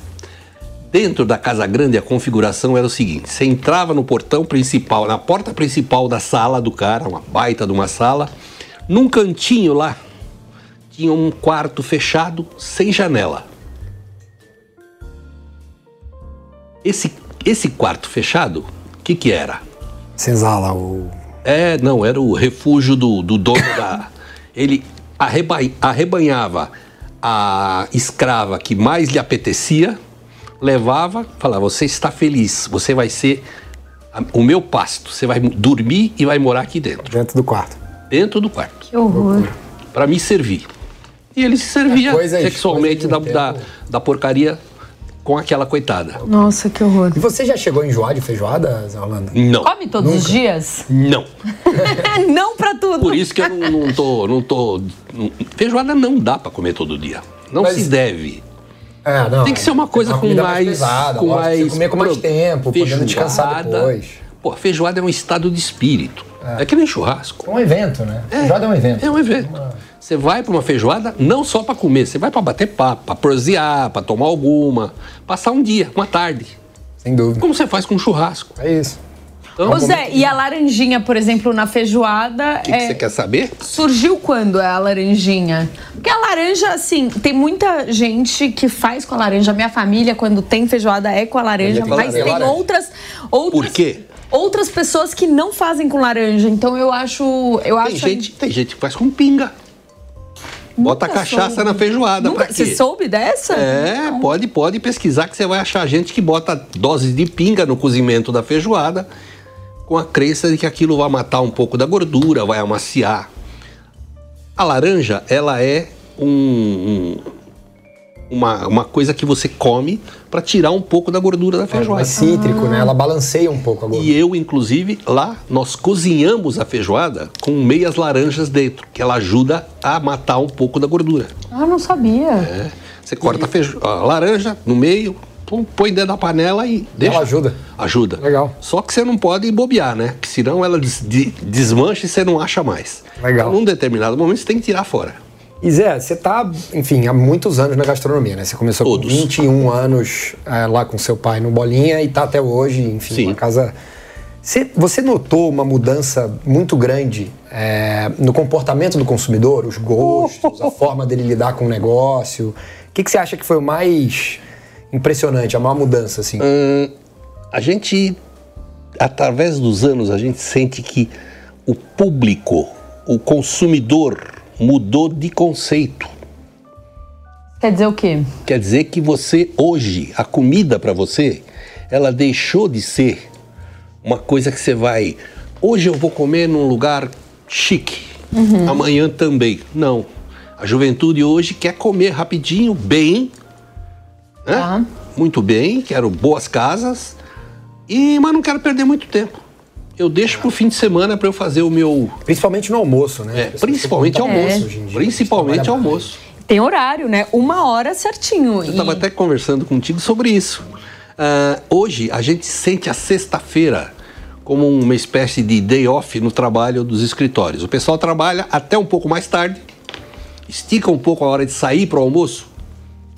Speaker 4: Dentro da casa grande, a configuração era o seguinte: você entrava no portão principal, na porta principal da sala do cara, uma baita de uma sala, num cantinho lá, tinha um quarto fechado sem janela. Esse, esse quarto fechado, o que, que era?
Speaker 5: Senzala, o.
Speaker 4: É, não, era o refúgio do, do dono da. Ele arreba, arrebanhava a escrava que mais lhe apetecia, levava, falava: Você está feliz, você vai ser a- o meu pasto, você vai dormir e vai morar aqui dentro,
Speaker 5: dentro do quarto.
Speaker 4: dentro do quarto
Speaker 2: Que horror.
Speaker 4: para me servir. E ele se servia
Speaker 3: coisas-
Speaker 4: sexualmente da,
Speaker 3: coisas de um
Speaker 4: da, da porcaria com aquela coitada.
Speaker 2: Nossa, que horror.
Speaker 3: E você já chegou a enjoar de feijoada, Zé Orlando?
Speaker 4: Não,
Speaker 2: Come todos os dias? Ah,
Speaker 4: não.
Speaker 2: não pra tudo.
Speaker 4: Por isso que eu não, não tô, não tô. não- feijoada não dá para comer todo dia. Não
Speaker 3: Mas-
Speaker 4: se deve.
Speaker 3: É, não.
Speaker 4: Tem que ser uma coisa com
Speaker 3: comida
Speaker 4: mais,
Speaker 3: pesada,
Speaker 4: com
Speaker 3: lógico, você
Speaker 4: mais
Speaker 3: comer com mais
Speaker 4: pro-
Speaker 3: tempo, podendo descansar
Speaker 4: feijoada.
Speaker 3: depois.
Speaker 4: Pô, feijoada é um estado de espírito. É, que nem churrasco.
Speaker 3: É um evento, né? Feijoada é um evento.
Speaker 4: É um evento. Você vai para uma feijoada não só para comer, você vai para bater papo, para prosear, para tomar alguma, passar um dia, uma tarde.
Speaker 3: Sem dúvida.
Speaker 4: Como você faz com churrasco?
Speaker 3: É isso.
Speaker 2: Ô Zé, e a laranjinha, por exemplo, na feijoada.
Speaker 4: O que, que
Speaker 2: é-
Speaker 4: você quer saber?
Speaker 2: Surgiu quando a laranjinha? Porque a laranja, assim, tem muita gente que faz com a laranja. Minha família, quando tem feijoada, é com a laranja,
Speaker 4: Tem com a
Speaker 2: mas
Speaker 4: laranja.
Speaker 2: tem outras, outras.
Speaker 4: Por quê?
Speaker 2: Outras pessoas que não fazem com laranja. Então eu acho. Eu
Speaker 4: Tem
Speaker 2: acho.
Speaker 4: gente, tem gente que faz com pinga. Bota cachaça na feijoada.
Speaker 2: Nunca-
Speaker 4: pra quê?
Speaker 2: Você soube né? dessa?
Speaker 4: É, pode, pode pesquisar que você vai achar gente que bota doses de pinga no cozimento da feijoada com a crença de que aquilo vai matar um pouco da gordura, vai amaciar. A laranja, ela é um- um- uma, uma coisa que você come para tirar um pouco da gordura da feijoada.
Speaker 3: É Mais cítrico, né? Ela balanceia um pouco agora.
Speaker 4: E eu, inclusive, lá nós cozinhamos a feijoada com meias laranjas dentro, que ela ajuda a matar um pouco da gordura.
Speaker 2: Ah, não sabia.
Speaker 4: né? Você corta a, feijo- a laranja no meio, pum, põe dentro da panela e deixa.
Speaker 3: Ela ajuda.
Speaker 4: Ajuda.
Speaker 3: Legal.
Speaker 4: Só que você não pode bobear, né? Porque senão ela des- de- desmancha e você não acha mais.
Speaker 3: Legal.
Speaker 4: Então, num determinado momento você tem que tirar fora.
Speaker 3: E Zé, você tá, enfim, há muitos anos na gastronomia, né? Você começou
Speaker 4: Todos.
Speaker 3: com 21 anos é, lá com seu pai no Bolinha e tá até hoje, enfim,
Speaker 4: Sim.
Speaker 3: uma casa. Você, você notou uma mudança muito grande é, no comportamento do consumidor, os gostos, a forma dele lidar com o negócio? O que, que você acha que foi o mais impressionante, a maior mudança, assim?
Speaker 4: Hum. A gente, através dos anos, a gente sente que o público, o consumidor, mudou de conceito.
Speaker 2: Quer dizer o quê?
Speaker 4: Quer dizer que você hoje, a comida para você, ela deixou de ser uma coisa que você vai. Hoje eu vou comer num lugar chique, amanhã também. Não. A juventude hoje quer comer rapidinho, bem, né?
Speaker 2: Tá.
Speaker 4: muito bem, quero boas casas, e mas não quero perder muito tempo. Eu deixo pro fim de semana para eu fazer o meu.
Speaker 3: Principalmente no almoço, né?
Speaker 4: é,
Speaker 3: As pessoas
Speaker 4: principalmente
Speaker 3: têm muito hoje
Speaker 4: almoço.
Speaker 3: em dia, a gente
Speaker 4: Principalmente
Speaker 3: trabalha mais.
Speaker 4: almoço.
Speaker 2: Tem horário, né? Uma hora certinho.
Speaker 4: Eu estava até conversando contigo sobre isso. Ah, hoje a gente sente a sexta-feira como uma espécie de day off no trabalho dos escritórios. O pessoal trabalha até um pouco mais tarde, estica um pouco a hora de sair para o almoço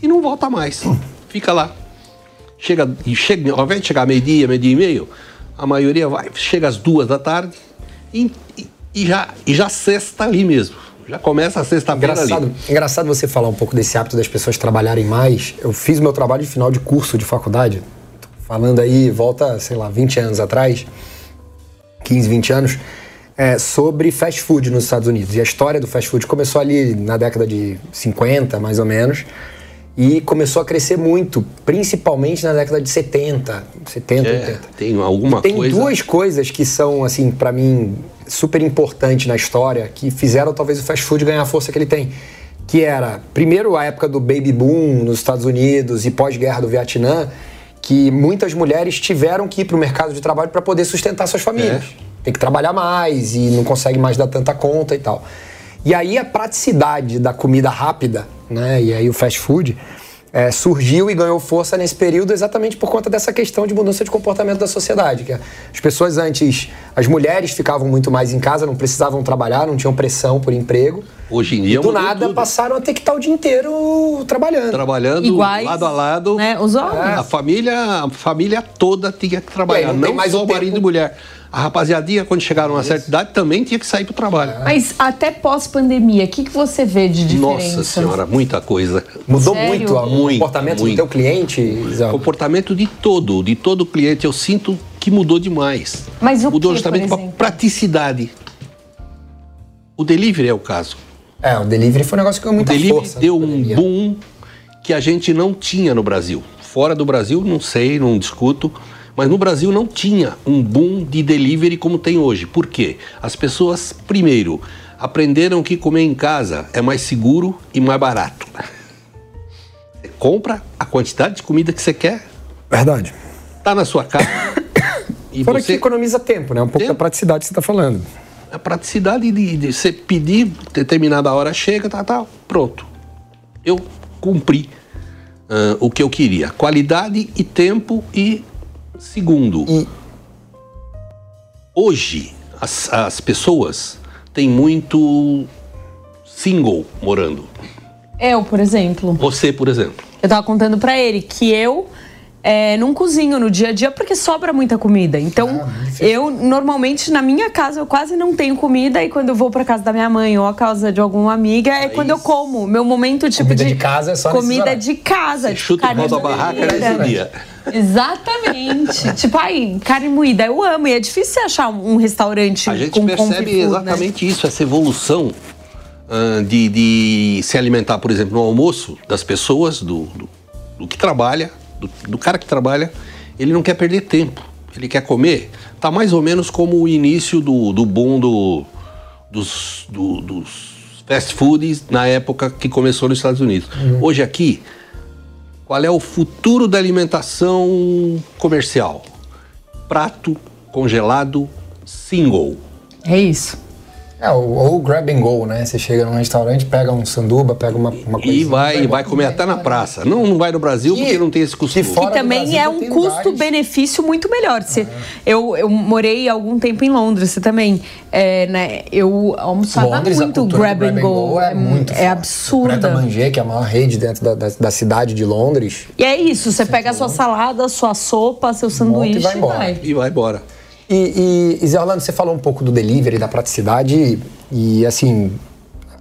Speaker 4: e não volta mais. Fica lá. Chega, e chega, ao invés de chegar meio-dia, meio-dia e meio, a maioria vai, chega às duas da tarde e, e- e já, e já sexta ali mesmo. Já começa a sexta-feira ali.
Speaker 3: Engraçado, engraçado você falar um pouco desse hábito das pessoas trabalharem mais. Eu fiz meu trabalho de final de curso de faculdade, tô falando aí, volta, sei lá, 20 anos atrás. 15, 20 anos, é, sobre fast food nos Estados Unidos. E a história do fast food começou ali na década de 50, mais ou menos, e começou a crescer muito, principalmente na década de 70, 70,
Speaker 4: É,
Speaker 3: 80.
Speaker 4: tem alguma
Speaker 3: Tem
Speaker 4: coisa.
Speaker 3: duas coisas que são, assim, pra mim, super importantes na história, que fizeram talvez o fast food ganhar a força que ele tem. Que era, primeiro, a época do baby boom nos Estados Unidos e pós-guerra do Vietnã, que muitas mulheres tiveram que ir para o mercado de trabalho para poder sustentar suas famílias.
Speaker 4: É?
Speaker 3: Tem que trabalhar mais e não consegue mais dar tanta conta e tal. E aí a praticidade da comida rápida, né? E aí o fast food é, surgiu e ganhou força nesse período exatamente por conta dessa questão de mudança de comportamento da sociedade. Que é, as pessoas antes, as mulheres ficavam muito mais em casa, não precisavam trabalhar, não tinham pressão por emprego.
Speaker 4: Hoje em
Speaker 3: E
Speaker 4: dia
Speaker 3: do
Speaker 4: Então mudou
Speaker 3: nada
Speaker 4: tudo.
Speaker 3: passaram a ter que estar o dia inteiro trabalhando.
Speaker 4: trabalhando
Speaker 2: Iguais,
Speaker 4: lado a lado. É.
Speaker 2: né, os homens.
Speaker 4: A família, a família toda tinha que
Speaker 3: E aí,
Speaker 4: trabalhar,
Speaker 3: É. não
Speaker 4: não,
Speaker 3: tem mais
Speaker 4: só
Speaker 3: o
Speaker 4: o
Speaker 3: tempo-
Speaker 4: marido e mulher. A rapaziadinha, quando chegaram a uma certa idade, também tinha que sair para o trabalho.
Speaker 2: Mas até pós-pandemia, o que, que você vê de diferença?
Speaker 4: Nossa senhora, muita coisa.
Speaker 3: Mudou
Speaker 2: Sério?
Speaker 3: muito, ó, o
Speaker 4: Muito,
Speaker 3: comportamento do
Speaker 4: muito.
Speaker 3: teu cliente. Zé?
Speaker 4: O comportamento de todo, de todo cliente, eu sinto que mudou demais.
Speaker 2: Mas o
Speaker 4: mudou
Speaker 2: quê,
Speaker 4: justamente
Speaker 2: por
Speaker 4: pra
Speaker 2: exemplo?
Speaker 4: praticidade. O delivery é o caso.
Speaker 3: É, o delivery foi um negócio que ganhou
Speaker 4: O
Speaker 3: muita
Speaker 4: delivery
Speaker 3: força.
Speaker 4: deu
Speaker 3: na
Speaker 4: um
Speaker 3: pandemia.
Speaker 4: boom que a gente não tinha no Brasil. Fora do Brasil, não sei, não discuto, mas no Brasil não tinha um boom de delivery como tem hoje. Por quê? As pessoas, primeiro, aprenderam que comer em casa é mais seguro e mais barato. Você compra a quantidade de comida que você quer,
Speaker 3: Verdade.
Speaker 4: tá na sua casa. E
Speaker 3: Fora que
Speaker 4: você,
Speaker 3: economiza tempo, né? Um pouco
Speaker 4: Tempo.
Speaker 3: da praticidade que você tá falando.
Speaker 4: a praticidade de, de você pedir, determinada hora chega, tá, tá, pronto. Eu cumpri ah, o que eu queria. Qualidade e tempo e segundo.
Speaker 3: E-
Speaker 4: Hoje, as, as pessoas têm muito single morando.
Speaker 2: Eu, por exemplo.
Speaker 4: Você, por exemplo.
Speaker 2: Eu tava contando pra ele que eu é, não cozinho no dia a dia porque sobra muita comida.
Speaker 3: Ah,
Speaker 2: Então, eu normalmente na minha casa eu quase não tenho comida e quando eu vou pra casa da minha mãe ou a casa de alguma amiga é quando eu como. Meu momento tipo
Speaker 3: Comida
Speaker 2: de,
Speaker 3: de casa é só nesses
Speaker 2: comida
Speaker 3: horários.
Speaker 2: de casa,
Speaker 4: Você
Speaker 2: tipo,
Speaker 4: chuta o
Speaker 2: carne
Speaker 4: pau da barraca
Speaker 2: moída.
Speaker 4: nesse dia.
Speaker 2: Exatamente. tipo, ai, carne moída, eu amo. E é difícil você achar um um restaurante
Speaker 4: A gente
Speaker 2: com comfort
Speaker 4: percebe
Speaker 2: food, né?
Speaker 4: exatamente isso, essa evolução ah, de, de se alimentar, por exemplo, no almoço das pessoas, do, do, do que trabalha, do, do cara que trabalha, ele não quer perder tempo, ele quer comer. Tá mais ou menos como o início do, do boom do, dos, do- dos fast foods na época que começou nos Estados Unidos.
Speaker 2: Uhum.
Speaker 4: Hoje aqui, qual é o futuro da alimentação comercial? Prato congelado single.
Speaker 2: É isso.
Speaker 3: É, ou, ou grab and go, né? Você chega num restaurante, pega um sanduba, pega uma, uma coisa.
Speaker 4: E vai, vai comer até na praça. Não, não vai no Brasil porque não tem esse costume.
Speaker 3: que fora-
Speaker 2: E
Speaker 3: do
Speaker 2: também
Speaker 3: Brasil
Speaker 2: é
Speaker 3: já
Speaker 2: um
Speaker 3: tem lugares.
Speaker 2: custo-benefício muito melhor. Se eu, eu morei algum tempo em Londres, você também. É, né, eu almoçava
Speaker 3: Londres, a
Speaker 2: muito
Speaker 3: cultura
Speaker 2: grab,
Speaker 3: do
Speaker 2: and go.
Speaker 3: é muito forte.
Speaker 2: É
Speaker 3: O Pret a
Speaker 2: absurda.
Speaker 3: Manger, que é a maior rede dentro da, da, da cidade de Londres.
Speaker 2: E é isso, você pega a sua salada, sua sopa, seu sanduíche e
Speaker 3: vai
Speaker 2: vai.
Speaker 3: embora.
Speaker 4: E vai embora.
Speaker 3: E, e, e Zé Orlando, você falou um pouco do delivery, da praticidade e, assim,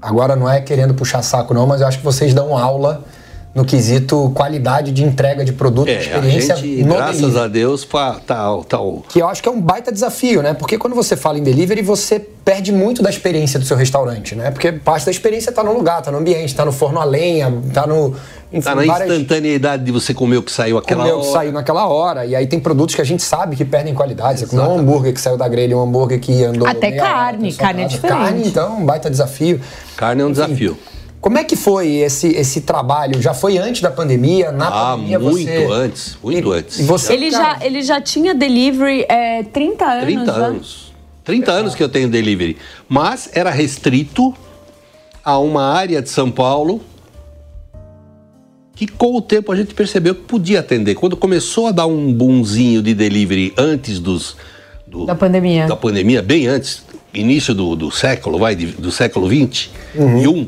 Speaker 3: agora não é querendo puxar saco não, mas eu acho que vocês dão aula no quesito qualidade de entrega de produto,
Speaker 4: É, a
Speaker 3: experiência
Speaker 4: gente,
Speaker 3: no
Speaker 4: graças
Speaker 3: delivery.
Speaker 4: a Deus, fa- tá, tal, tal.
Speaker 3: Que eu acho que é um baita desafio, né? Porque quando você fala em delivery, você perde muito da experiência do seu restaurante, né? Porque parte da experiência tá no lugar, tá no ambiente, tá no forno a lenha, tá no. Enfim,
Speaker 4: Tá na instantaneidade de você comer o que saiu aquela
Speaker 3: comeu que
Speaker 4: hora.
Speaker 3: saiu naquela hora. E aí tem produtos que a gente sabe que perdem qualidade. Você comeu um hambúrguer que saiu da grelha, um hambúrguer que andou.
Speaker 2: Até
Speaker 3: meia hora
Speaker 2: carne,
Speaker 3: na sua
Speaker 2: carne é
Speaker 3: casa.
Speaker 2: diferente.
Speaker 3: Carne, então, um baita desafio.
Speaker 4: Carne é um desafio.
Speaker 3: Como é que foi esse, esse trabalho? Já foi antes da pandemia? Na
Speaker 4: Ah,
Speaker 3: pandemia
Speaker 4: muito
Speaker 3: você...
Speaker 4: antes, muito
Speaker 3: E-
Speaker 4: antes.
Speaker 3: E você,
Speaker 2: Ele já, ele já tinha delivery é, 30 anos.
Speaker 4: 30
Speaker 2: né?
Speaker 4: anos. 30 anos que eu tenho delivery. Mas era restrito a uma área de São Paulo que com o tempo a gente percebeu que podia atender. Quando começou a dar um boomzinho de delivery antes dos... do-
Speaker 2: Da pandemia.
Speaker 4: Da pandemia, bem antes, início do, do século, vai, de- do século 20
Speaker 3: Uhum.
Speaker 4: e um,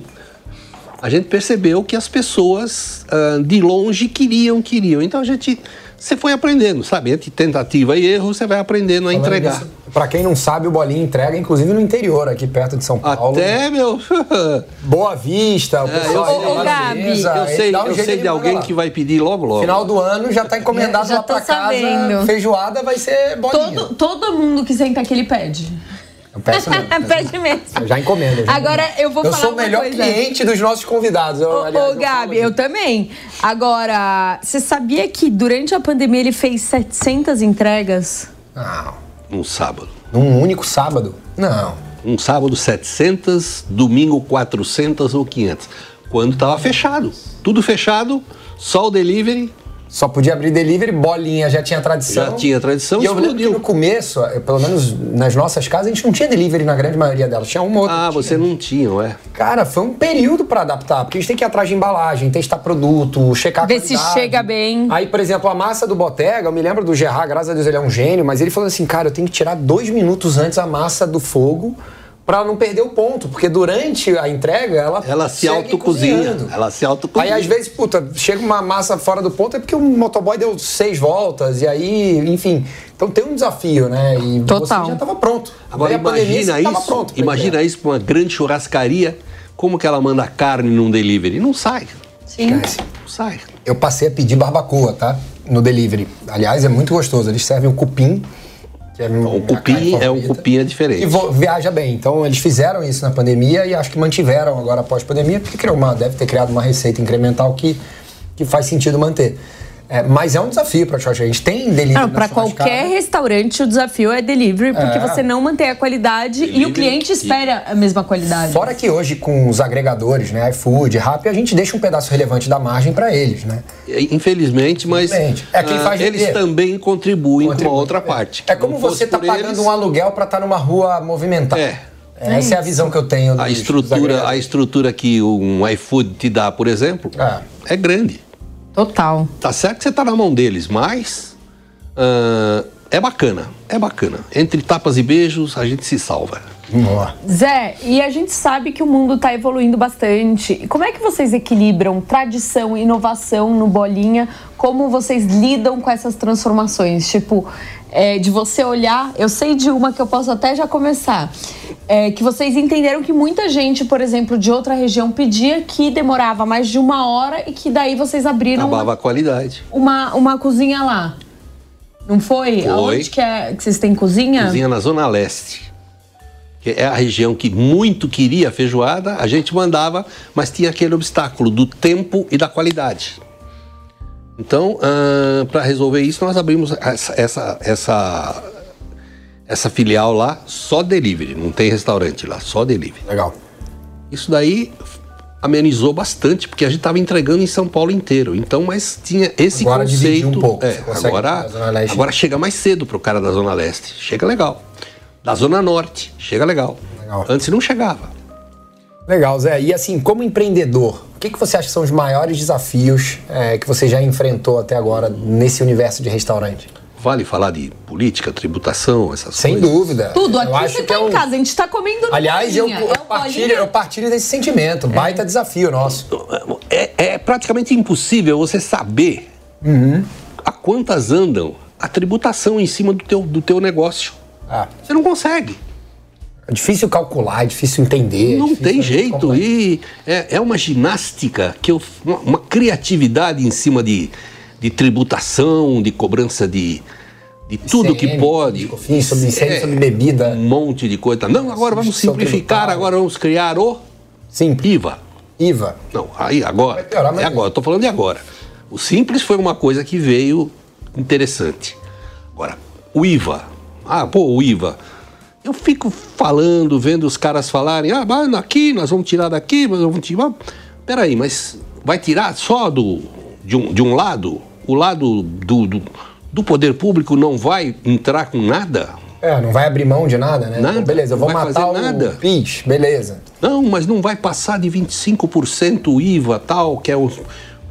Speaker 4: a gente percebeu que as pessoas ah, de longe queriam, queriam. Então a gente, você foi aprendendo, sabe? Entre tentativa e erro, você vai aprendendo a entregar.
Speaker 3: nisso, Pra quem não sabe, o Bolinha entrega, inclusive no interior, aqui perto de São Paulo.
Speaker 4: Até, É, meu.
Speaker 3: Boa Vista, o pessoal
Speaker 2: eu-
Speaker 3: aí
Speaker 2: Ô, ô,
Speaker 3: da
Speaker 2: Gabi,
Speaker 3: Mesa,
Speaker 4: eu
Speaker 3: ele
Speaker 4: sei,
Speaker 3: dá um
Speaker 4: eu
Speaker 3: jeito
Speaker 4: sei de
Speaker 3: mandar
Speaker 4: alguém
Speaker 3: lá.
Speaker 4: que vai pedir logo, logo.
Speaker 3: Final do ano já tá encomendado
Speaker 2: Já
Speaker 3: lá
Speaker 2: tô
Speaker 3: pra casa.
Speaker 2: sabendo.
Speaker 3: Feijoada vai ser bolinha.
Speaker 2: Todo, todo mundo que senta aqui, ele pede.
Speaker 3: Eu peço mesmo.
Speaker 2: pede mesmo.
Speaker 3: Eu já encomendo. eu já
Speaker 2: Agora,
Speaker 3: encomendo.
Speaker 2: eu vou falar
Speaker 3: sou o
Speaker 2: uma
Speaker 3: melhor
Speaker 2: coisa.
Speaker 3: cliente dos nossos convidados. Eu,
Speaker 2: Ô,
Speaker 3: Então, aliás,
Speaker 2: ô,
Speaker 3: eu falo assim.
Speaker 2: Gabi,
Speaker 3: isso.
Speaker 2: eu também. Agora, você sabia que durante a pandemia ele fez 700 entregas?
Speaker 3: Não.
Speaker 4: Um sábado.
Speaker 3: Num único sábado? Não.
Speaker 4: Um sábado 700, domingo 400 ou 500. Quando estava fechado. Tudo fechado, só o delivery.
Speaker 3: Só podia abrir delivery, bolinha, já tinha tradição.
Speaker 4: Já tinha tradição,
Speaker 3: E eu lembro que
Speaker 4: explodiu.
Speaker 3: no começo, eh, pelo menos nas nossas casas, a gente não tinha delivery na grande maioria delas. Tinha uma ou outra.
Speaker 4: Ah, você não tinha, não é?
Speaker 3: Cara, foi um período pra adaptar, porque a gente tem que ir atrás de embalagem, testar produto, checar a
Speaker 2: Ver se
Speaker 3: qualidade.
Speaker 2: chega bem.
Speaker 3: Aí, por exemplo, a massa do Botega, eu me lembro do Gerard, graças a Deus ele é um gênio, mas ele falou assim, cara, eu tenho que tirar dois minutos antes a massa do fogo pra não perder o ponto, porque durante a entrega ela
Speaker 4: Ela se
Speaker 3: segue
Speaker 4: autocozinha.
Speaker 3: cozinhando.
Speaker 4: Ela se autocozinha.
Speaker 3: Aí às vezes, puta, chega uma massa fora do ponto é porque o motoboy deu seis voltas e aí, enfim. Então tem um desafio, né? E
Speaker 2: Total.
Speaker 3: você já tava pronto.
Speaker 4: Agora
Speaker 3: Veio a pandemia,
Speaker 4: imagina
Speaker 3: você tava
Speaker 4: isso.
Speaker 3: pronto é. pra
Speaker 4: imagina
Speaker 3: entrega.
Speaker 4: isso para uma grande churrascaria. Como que ela manda carne num delivery? Não sai.
Speaker 2: Sim.
Speaker 4: Não sai.
Speaker 3: Eu passei a pedir barbacoa, tá? No delivery. Aliás, é muito gostoso. Eles servem o cupim. Que é
Speaker 4: O cupim é um cupim é diferente.
Speaker 3: E vo- viaja bem. Então, eles fizeram isso na pandemia e acho que mantiveram agora após pandemia, porque criou uma, deve ter criado uma receita incremental que, que faz sentido manter. É, mas é um desafio para a gente. Tem delivery.
Speaker 2: Não,
Speaker 3: na
Speaker 2: pra
Speaker 3: churrascada.
Speaker 2: qualquer restaurante o desafio é delivery, porque você não mantém a qualidade e o cliente espera a mesma qualidade.
Speaker 3: Fora que hoje, com os agregadores, né? iFood, Rappi, a gente deixa um pedaço relevante da margem para eles, né?
Speaker 4: É, Infelizmente, mas
Speaker 3: Infelizmente. É quem
Speaker 4: ah,
Speaker 3: faz
Speaker 4: eles
Speaker 3: dinheiro.
Speaker 4: também contribuem com
Speaker 3: Contribui.
Speaker 4: a outra parte.
Speaker 3: É como
Speaker 4: Não fosse
Speaker 3: você tá
Speaker 4: por
Speaker 3: pagando
Speaker 4: eles,
Speaker 3: um aluguel para estar numa rua movimentada.
Speaker 4: É.
Speaker 3: Essa é a visão que eu tenho. dos-
Speaker 4: a
Speaker 3: dos
Speaker 4: estrutura, a
Speaker 3: agregadores.
Speaker 4: estrutura que um iFood te dá, por exemplo,
Speaker 3: É.
Speaker 4: é grande.
Speaker 2: Total.
Speaker 4: Tá certo que você tá na mão deles, mas ah, é bacana, é bacana. Entre tapas e beijos, a gente se salva.
Speaker 3: Boa.
Speaker 2: Zé, e a gente sabe que o mundo está evoluindo bastante. E como é que vocês equilibram tradição e inovação no Bolinha? Como vocês lidam com essas transformações? Tipo, é, de você olhar, eu sei de uma que eu posso até já começar. É, que vocês entenderam que muita gente, por exemplo, de outra região pedia que demorava mais de uma hora e que daí vocês abriram
Speaker 4: Acabava
Speaker 2: uma,
Speaker 4: a qualidade.
Speaker 2: uma, uma cozinha lá. Não foi?
Speaker 4: Foi.
Speaker 2: Aonde que, é, que vocês têm cozinha?
Speaker 4: Cozinha na Zona Leste. Que é a região que muito queria a feijoada, a gente mandava, mas tinha aquele obstáculo do tempo e da qualidade. Então, para resolver isso, nós abrimos essa, essa, essa, essa filial lá, só delivery, não tem restaurante lá, só delivery.
Speaker 3: Legal.
Speaker 4: Isso daí amenizou bastante, porque a gente estava entregando em São Paulo inteiro. Então, mas tinha esse
Speaker 3: Agora dividiu
Speaker 4: conceito.
Speaker 3: um pouco,
Speaker 4: É,
Speaker 3: você consegue
Speaker 4: agora,
Speaker 3: na Zona Leste.
Speaker 4: agora chega mais cedo pro cara da Zona Leste. Chega legal. Da Zona Norte, chega legal.
Speaker 3: Legal.
Speaker 4: Antes não chegava.
Speaker 3: Legal, Zé. E assim, como empreendedor, o que, que você acha que são os maiores desafios eh, que você já enfrentou até agora nesse universo de restaurante?
Speaker 4: Vale falar de política, tributação, essas
Speaker 3: Sem
Speaker 4: coisas.
Speaker 3: dúvida.
Speaker 2: Tudo, aqui
Speaker 3: eu acho
Speaker 2: você
Speaker 3: que
Speaker 2: tá
Speaker 3: é um-
Speaker 2: em casa, a gente tá comendo no
Speaker 3: Aliás, eu,
Speaker 2: bolinha.
Speaker 3: eu,
Speaker 2: É o É.
Speaker 3: partilho,
Speaker 2: bolinha.
Speaker 3: eu partilho desse sentimento. Baita desafio nosso.
Speaker 4: É, é praticamente impossível você saber
Speaker 3: Uhum.
Speaker 4: a quantas andam a tributação em cima do teu, do teu negócio.
Speaker 3: Ah,
Speaker 4: Você não consegue.
Speaker 3: é difícil calcular, é difícil entender. é
Speaker 4: Não
Speaker 3: difícil-
Speaker 4: tem jeito.
Speaker 3: complexo.
Speaker 4: E é, é uma ginástica, que eu, uma, uma criatividade em cima de, de tributação, de cobrança de, de tudo que
Speaker 3: ICM,
Speaker 4: pode.
Speaker 3: Cofins, sobre incêndio,
Speaker 4: É,
Speaker 3: sobre bebida. é
Speaker 4: Um monte de coisa. Não, agora vamos
Speaker 3: Substituição
Speaker 4: simplificar,
Speaker 3: tributária.
Speaker 4: agora vamos criar o
Speaker 3: Sim,
Speaker 4: IVA.
Speaker 3: IVA.
Speaker 4: Não, aí agora.
Speaker 3: Vai piorar, mas-
Speaker 4: É agora, estou falando de agora. O simples foi uma coisa que veio interessante. Agora, o IVA. Ah, pô, o IVA. Eu fico falando, vendo os caras falarem, ah, mas aqui, nós vamos tirar daqui, nós vamos tirar. Peraí, mas vai tirar só do, de, um, de um lado? O lado do, do, do poder público não vai entrar com nada?
Speaker 3: É, não vai abrir mão de nada, né?
Speaker 4: Nada,
Speaker 3: Então, beleza, eu vou
Speaker 4: não vai
Speaker 3: matar o
Speaker 4: fazer nada.
Speaker 3: PIS, beleza.
Speaker 4: Não, mas não vai passar de 25% o IVA, tal, que é o-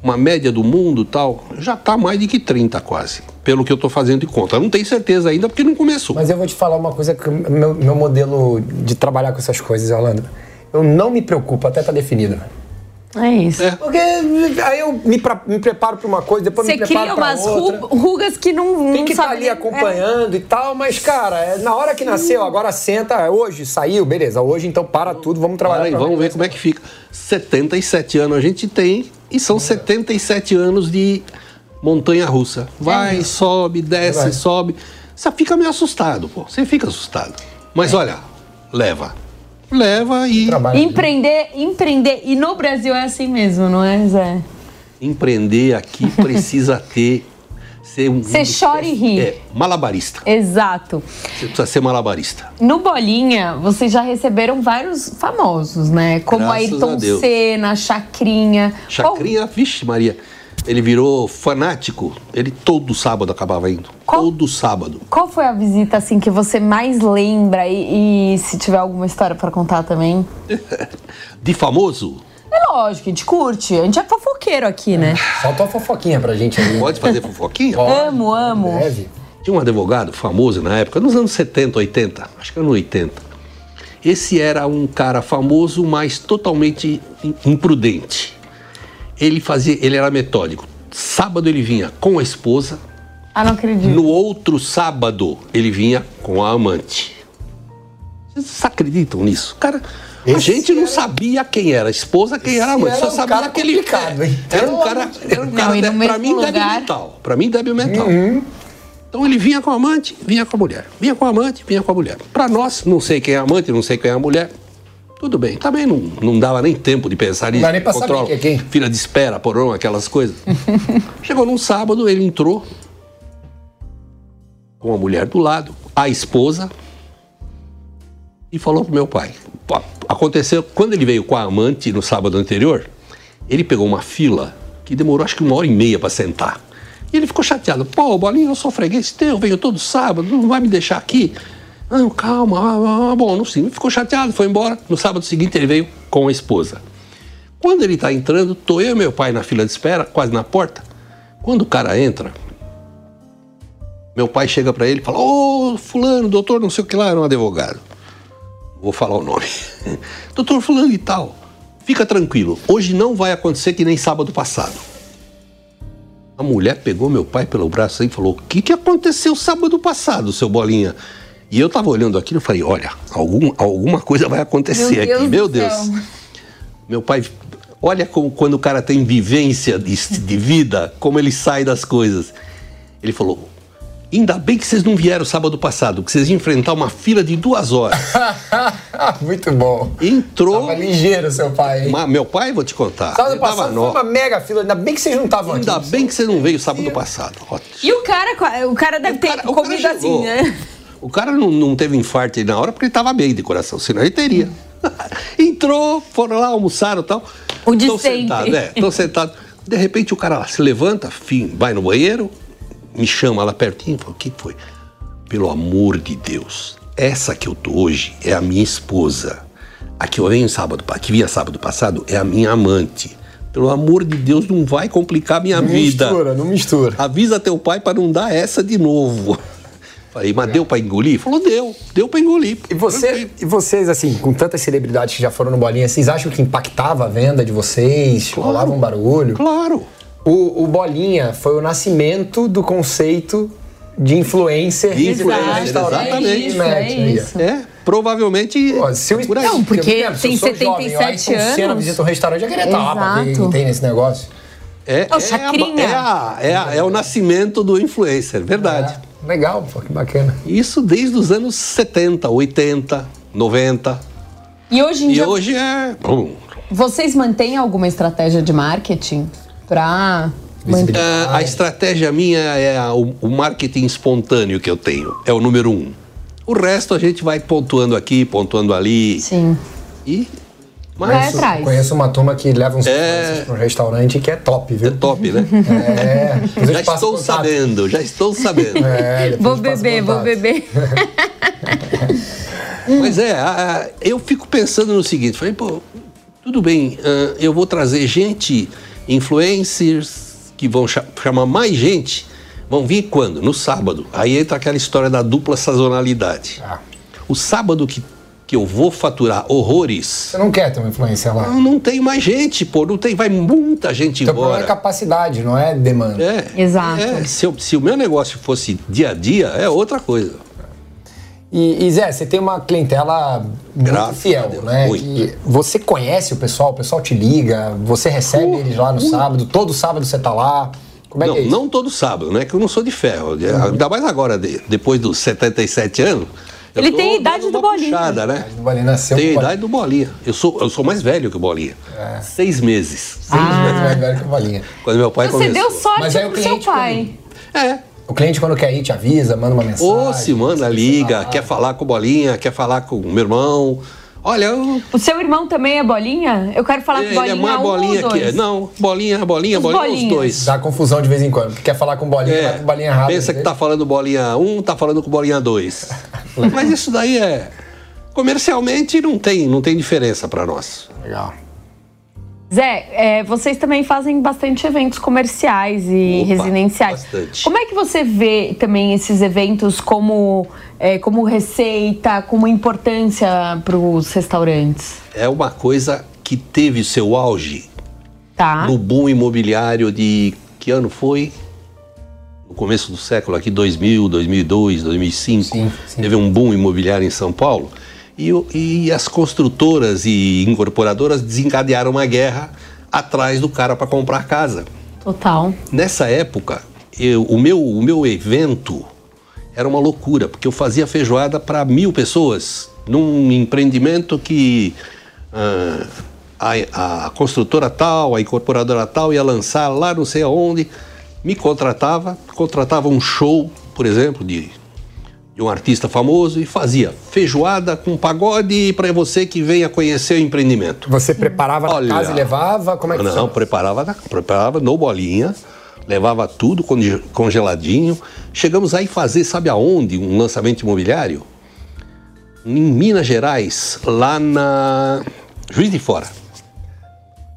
Speaker 4: uma média do mundo, tal. Já está mais de que 30 quase, pelo que eu estou fazendo de conta. Eu não tenho certeza ainda porque não começou.
Speaker 3: Mas eu vou te falar uma coisa que o meu, meu modelo de trabalhar com essas coisas, Orlando. Eu não me preocupo até tá definido.
Speaker 2: É isso.
Speaker 3: Porque aí eu me, pra- me preparo pra uma coisa, depois
Speaker 2: Você
Speaker 3: me preparo
Speaker 2: cria
Speaker 3: pra
Speaker 2: umas
Speaker 3: outra.
Speaker 2: ru- rugas que não, não
Speaker 3: Tem que estar
Speaker 2: sabe
Speaker 3: ali
Speaker 2: nem- É.
Speaker 3: acompanhando e tal, mas, cara, é, na hora que nasceu, agora senta, é hoje saiu, beleza, hoje então para tudo, vamos trabalhar.
Speaker 4: Aí,
Speaker 3: pra-
Speaker 4: vamos ver como é que fica. 77 anos a gente tem e
Speaker 3: É.
Speaker 4: são 77 anos de montanha russa. Vai, sobe, desce,
Speaker 3: É Vai.
Speaker 4: sobe. Você fica meio assustado, pô. Você fica assustado. Mas
Speaker 3: É.
Speaker 4: olha, leva. Leva e
Speaker 2: É.
Speaker 3: Trabalho.
Speaker 2: Empreender, empreender. E no Brasil é assim mesmo, não é, Zé?
Speaker 4: empreender aqui precisa ter ser um
Speaker 2: Você chora e ri.
Speaker 4: É, malabarista.
Speaker 2: Exato.
Speaker 4: Você precisa ser malabarista.
Speaker 2: No Bolinha, vocês já receberam vários famosos, né? Como
Speaker 4: Graças a
Speaker 2: Ayrton
Speaker 4: Deus.
Speaker 2: Senna, Chacrinha.
Speaker 4: Chacrinha, vixe Maria, ele virou fanático. Ele todo sábado acabava indo.
Speaker 2: Qual-
Speaker 4: Todo sábado.
Speaker 2: Qual, qual foi a visita assim que você mais lembra e, e se tiver alguma história pra contar também?
Speaker 4: De famoso,
Speaker 2: É lógico, a gente curte, a gente é fofoqueiro aqui, né?
Speaker 3: Solta uma fofoquinha pra gente aí.
Speaker 4: pode fazer fofoquinha?
Speaker 2: Amo, amo.
Speaker 3: Deve.
Speaker 4: Tinha um advogado famoso na época, nos anos 70, 80, acho que era no 80. Esse era um cara famoso, mas totalmente im- imprudente. Ele fazia, ele era metódico. Sábado ele vinha com a esposa,
Speaker 2: Ah, não acredito.
Speaker 4: no outro sábado ele vinha com a amante. Vocês acreditam nisso? Cara, a
Speaker 3: Esse
Speaker 4: gente não
Speaker 3: era-
Speaker 4: sabia quem era a esposa, quem era a amante.
Speaker 3: era
Speaker 4: Só
Speaker 3: um
Speaker 4: sabia
Speaker 3: cara
Speaker 4: que ele
Speaker 3: complicado, hein?
Speaker 4: Era um cara, era um
Speaker 2: Não,
Speaker 4: cara
Speaker 2: e no
Speaker 4: de- pra
Speaker 2: mesmo
Speaker 4: mim
Speaker 2: lugar-
Speaker 4: débil mental. Pra mim débil mental.
Speaker 3: Uhum.
Speaker 4: Então ele vinha com a amante, vinha com a mulher. Vinha com a amante, vinha com a mulher. Pra nós, não sei quem é a amante, não sei quem é a mulher. Tudo bem. Também não, não dava nem tempo de pensar nisso.
Speaker 3: dá nem pra saber
Speaker 4: Controla,
Speaker 3: quem é quem.
Speaker 4: Fila de espera, porão, aquelas coisas. Chegou num sábado, ele entrou com a mulher do lado, a esposa, e falou pro meu pai. Pô, Aconteceu, quando ele veio com a amante no sábado anterior, ele pegou uma fila que demorou acho que uma hora e meia para sentar. E ele ficou chateado. Pô, Bolinha, eu sou freguês teu, venho todo sábado, não vai me deixar aqui? Não, calma, ah, ah, ah, bom, não sei. Ficou chateado, foi embora. No sábado seguinte ele veio com a esposa. Quando ele tá entrando, tô eu e meu pai na fila de espera, quase na porta. Quando o cara entra, meu pai chega pra ele e fala: Ô, fulano, doutor, não sei o que lá, era um advogado. Vou falar o nome. doutor fulano e tal, fica tranquilo, hoje não vai acontecer que nem sábado passado. A mulher pegou meu pai pelo braço e falou: O que, que aconteceu sábado passado, seu Bolinha? E eu tava olhando aquilo e falei: Olha, algum, alguma coisa vai acontecer
Speaker 2: Meu
Speaker 4: aqui.
Speaker 2: Deus do
Speaker 4: meu
Speaker 2: céu.
Speaker 4: Deus. Meu pai, olha como quando o cara tem vivência de, de vida, como ele sai das coisas. Ele falou: ainda bem que vocês não vieram sábado passado, que vocês iam enfrentar uma fila de duas horas.
Speaker 3: Muito bom.
Speaker 4: Entrou.
Speaker 3: Tava ligeiro seu pai, hein?
Speaker 4: Mas meu pai, vou te contar.
Speaker 3: Sábado
Speaker 4: ele tava
Speaker 3: passado foi
Speaker 4: nó.
Speaker 3: uma mega fila, ainda bem que vocês não estavam aqui.
Speaker 4: Ainda bem que você não veio sábado passado. Ó,
Speaker 2: E o cara, o cara deve ter
Speaker 4: cara- o
Speaker 2: comido
Speaker 4: cara
Speaker 2: assim,
Speaker 4: chegou.
Speaker 2: né?
Speaker 4: O cara não, não teve infarto aí na hora porque ele estava bem de coração, senão ele teria. Entrou, foram lá, almoçaram e tal.
Speaker 2: O de
Speaker 4: Tô
Speaker 2: sempre.
Speaker 4: sentado, é, tô sentado. De repente o cara lá se levanta, fim, vai no banheiro, me chama lá pertinho, fala, o que foi? Pelo amor de Deus, essa que eu tô hoje é a minha esposa. A que eu venho sábado, pa- que vinha sábado passado é a minha amante. Pelo amor de Deus, não vai complicar minha
Speaker 3: Não
Speaker 4: vida.
Speaker 3: mistura, não mistura.
Speaker 4: Avisa teu pai para não dar essa de novo. Falei, mas deu para engolir? Falou, deu. Deu para engolir.
Speaker 3: E, você, e vocês, assim, com tantas celebridades que já foram no Bolinha, vocês acham que impactava a venda de vocês? Rolava um barulho?
Speaker 4: Claro.
Speaker 3: O, o Bolinha foi o nascimento do conceito de influencer.
Speaker 4: De
Speaker 3: que foi
Speaker 4: influencer,
Speaker 3: restaurante,
Speaker 4: exatamente.
Speaker 3: internet,
Speaker 2: É isso, é isso.
Speaker 4: É, provavelmente
Speaker 3: Ó, se eu,
Speaker 4: É por aí.
Speaker 2: Não, porque
Speaker 3: eu- se eu
Speaker 2: tem
Speaker 3: sou jovem, eu
Speaker 2: 77
Speaker 3: Ayrton Senna
Speaker 2: anos.
Speaker 3: visita um restaurante, eu queria estar lá pra ver o que
Speaker 2: Exato.
Speaker 3: tem nesse negócio.
Speaker 4: É, é,
Speaker 2: o
Speaker 4: a-
Speaker 2: Chacrinha.
Speaker 4: é, a- é a- é o nascimento do influencer, verdade.
Speaker 3: É, legal, pô, que bacana.
Speaker 4: Isso desde os anos 70, 80, 90.
Speaker 2: E hoje em
Speaker 4: E
Speaker 2: dia,
Speaker 4: hoje é... Bom,
Speaker 2: vocês mantêm alguma estratégia de marketing pra... manter-
Speaker 4: Ah, a estratégia minha é a- o, o marketing espontâneo que eu tenho. É o número um. O resto a gente vai pontuando aqui, pontuando ali.
Speaker 2: Sim.
Speaker 4: E.
Speaker 2: Vai
Speaker 4: Mas
Speaker 3: é
Speaker 2: atrás.
Speaker 3: Conheço uma turma que leva uns
Speaker 4: É.
Speaker 3: influencers pra um restaurante que é top,
Speaker 4: é
Speaker 3: viu?
Speaker 4: top, né?
Speaker 3: É, depois eu
Speaker 4: Já
Speaker 3: te passo
Speaker 4: estou
Speaker 3: contato.
Speaker 4: sabendo, já estou sabendo.
Speaker 3: É, depois
Speaker 2: Vou
Speaker 3: eu te passo
Speaker 2: beber, vou
Speaker 3: contato.
Speaker 2: beber.
Speaker 4: Mas é, a- a- eu fico pensando no seguinte: falei, pô, tudo bem, ah, eu vou trazer gente, influencers, que vão cha- chamar mais gente. Vão vir quando? No sábado. Aí entra aquela história da dupla sazonalidade.
Speaker 3: Ah.
Speaker 4: O sábado que que eu vou faturar horrores.
Speaker 3: Você não quer ter uma influência lá.
Speaker 4: Não, não tem mais gente, pô. Não tem, vai muita gente
Speaker 3: Então, o problema
Speaker 4: embora.
Speaker 3: é capacidade, não é demanda.
Speaker 4: É.
Speaker 2: Exato.
Speaker 4: É, se, eu- se o meu negócio fosse dia a dia, é outra coisa.
Speaker 3: E, e, Zé, você tem uma clientela muito
Speaker 4: Graças a
Speaker 3: fiel,
Speaker 4: Deus,
Speaker 3: né?
Speaker 4: muito.
Speaker 3: E você conhece o pessoal, o pessoal te liga, você recebe eles lá no sábado, todo sábado você tá lá. Como é
Speaker 4: Uh, não,
Speaker 3: que é isso? Uhum.
Speaker 4: não todo sábado, né? Que eu não sou de ferro. Ainda mais agora, de- depois dos 77 anos. eu
Speaker 2: Ele
Speaker 4: tô
Speaker 2: tem a
Speaker 4: dando
Speaker 2: idade
Speaker 4: uma
Speaker 2: do Bolinha.
Speaker 4: Puxada, né?
Speaker 3: O Vale nasceu
Speaker 4: Tenho a
Speaker 3: com É.
Speaker 4: idade do Bolinha. Eu sou, eu sou mais velho que o Bolinha. Seis meses.
Speaker 3: seis meses mais velho que o Valinha.
Speaker 4: Quando meu pai
Speaker 2: Você
Speaker 4: começou.
Speaker 2: deu
Speaker 3: Mas
Speaker 2: sorte
Speaker 3: aí o
Speaker 2: pro seu
Speaker 3: cliente
Speaker 2: pai.
Speaker 4: É.
Speaker 3: O cliente, quando quer ir, te avisa, manda uma mensagem.
Speaker 4: Ou se manda,
Speaker 3: Ah.
Speaker 4: liga, quer falar com o Bolinha, quer falar com o meu irmão. Olha, eu,
Speaker 2: O seu irmão também é bolinha? Eu quero falar com
Speaker 4: ele
Speaker 2: bolinha.
Speaker 4: é mais
Speaker 2: um
Speaker 4: bolinha
Speaker 2: ou
Speaker 4: que.
Speaker 2: dois.
Speaker 4: Não, bolinha, bolinha,
Speaker 2: Os
Speaker 4: bolinha, é
Speaker 2: bolinhas.
Speaker 4: os dois.
Speaker 3: Dá confusão de vez em quando. porque Quer falar com bolinha,
Speaker 4: É,
Speaker 3: vai com bolinha errada.
Speaker 4: Pensa que tá falando bolinha 1, tá falando com bolinha 2. Mas isso daí é. Comercialmente não tem, não tem diferença para nós.
Speaker 3: Legal.
Speaker 2: Zé, é, vocês também fazem bastante eventos comerciais e
Speaker 4: Opa,
Speaker 2: residenciais.
Speaker 4: bastante.
Speaker 2: Como é que você vê também esses eventos como, é, como receita, como importância para os restaurantes?
Speaker 4: É uma coisa que teve seu auge
Speaker 2: Tá?
Speaker 4: no boom imobiliário de que ano foi? No começo do século aqui, 2000, 2002, 2005.
Speaker 3: Sim, sim.
Speaker 4: Teve um boom imobiliário em São Paulo. E, o- e as construtoras e incorporadoras desencadearam uma guerra atrás do cara para comprar casa.
Speaker 2: Total.
Speaker 4: Nessa época, eu- o, meu, o meu evento era uma loucura, porque eu fazia feijoada para mil pessoas num empreendimento que ah, a, a construtora tal, a incorporadora tal ia lançar lá não sei aonde, me contratava, contratava um show, por exemplo, de, de um artista famoso e fazia feijoada com pagode para você que venha conhecer o empreendimento.
Speaker 3: Você preparava
Speaker 4: Olha.
Speaker 3: na casa e levava? Como é que
Speaker 4: Não,
Speaker 3: funciona?
Speaker 4: preparava, na- preparava no bolinha, levava tudo conge- congeladinho. Chegamos aí fazer, sabe aonde, um lançamento imobiliário? Em Minas Gerais, lá na Juiz de Fora.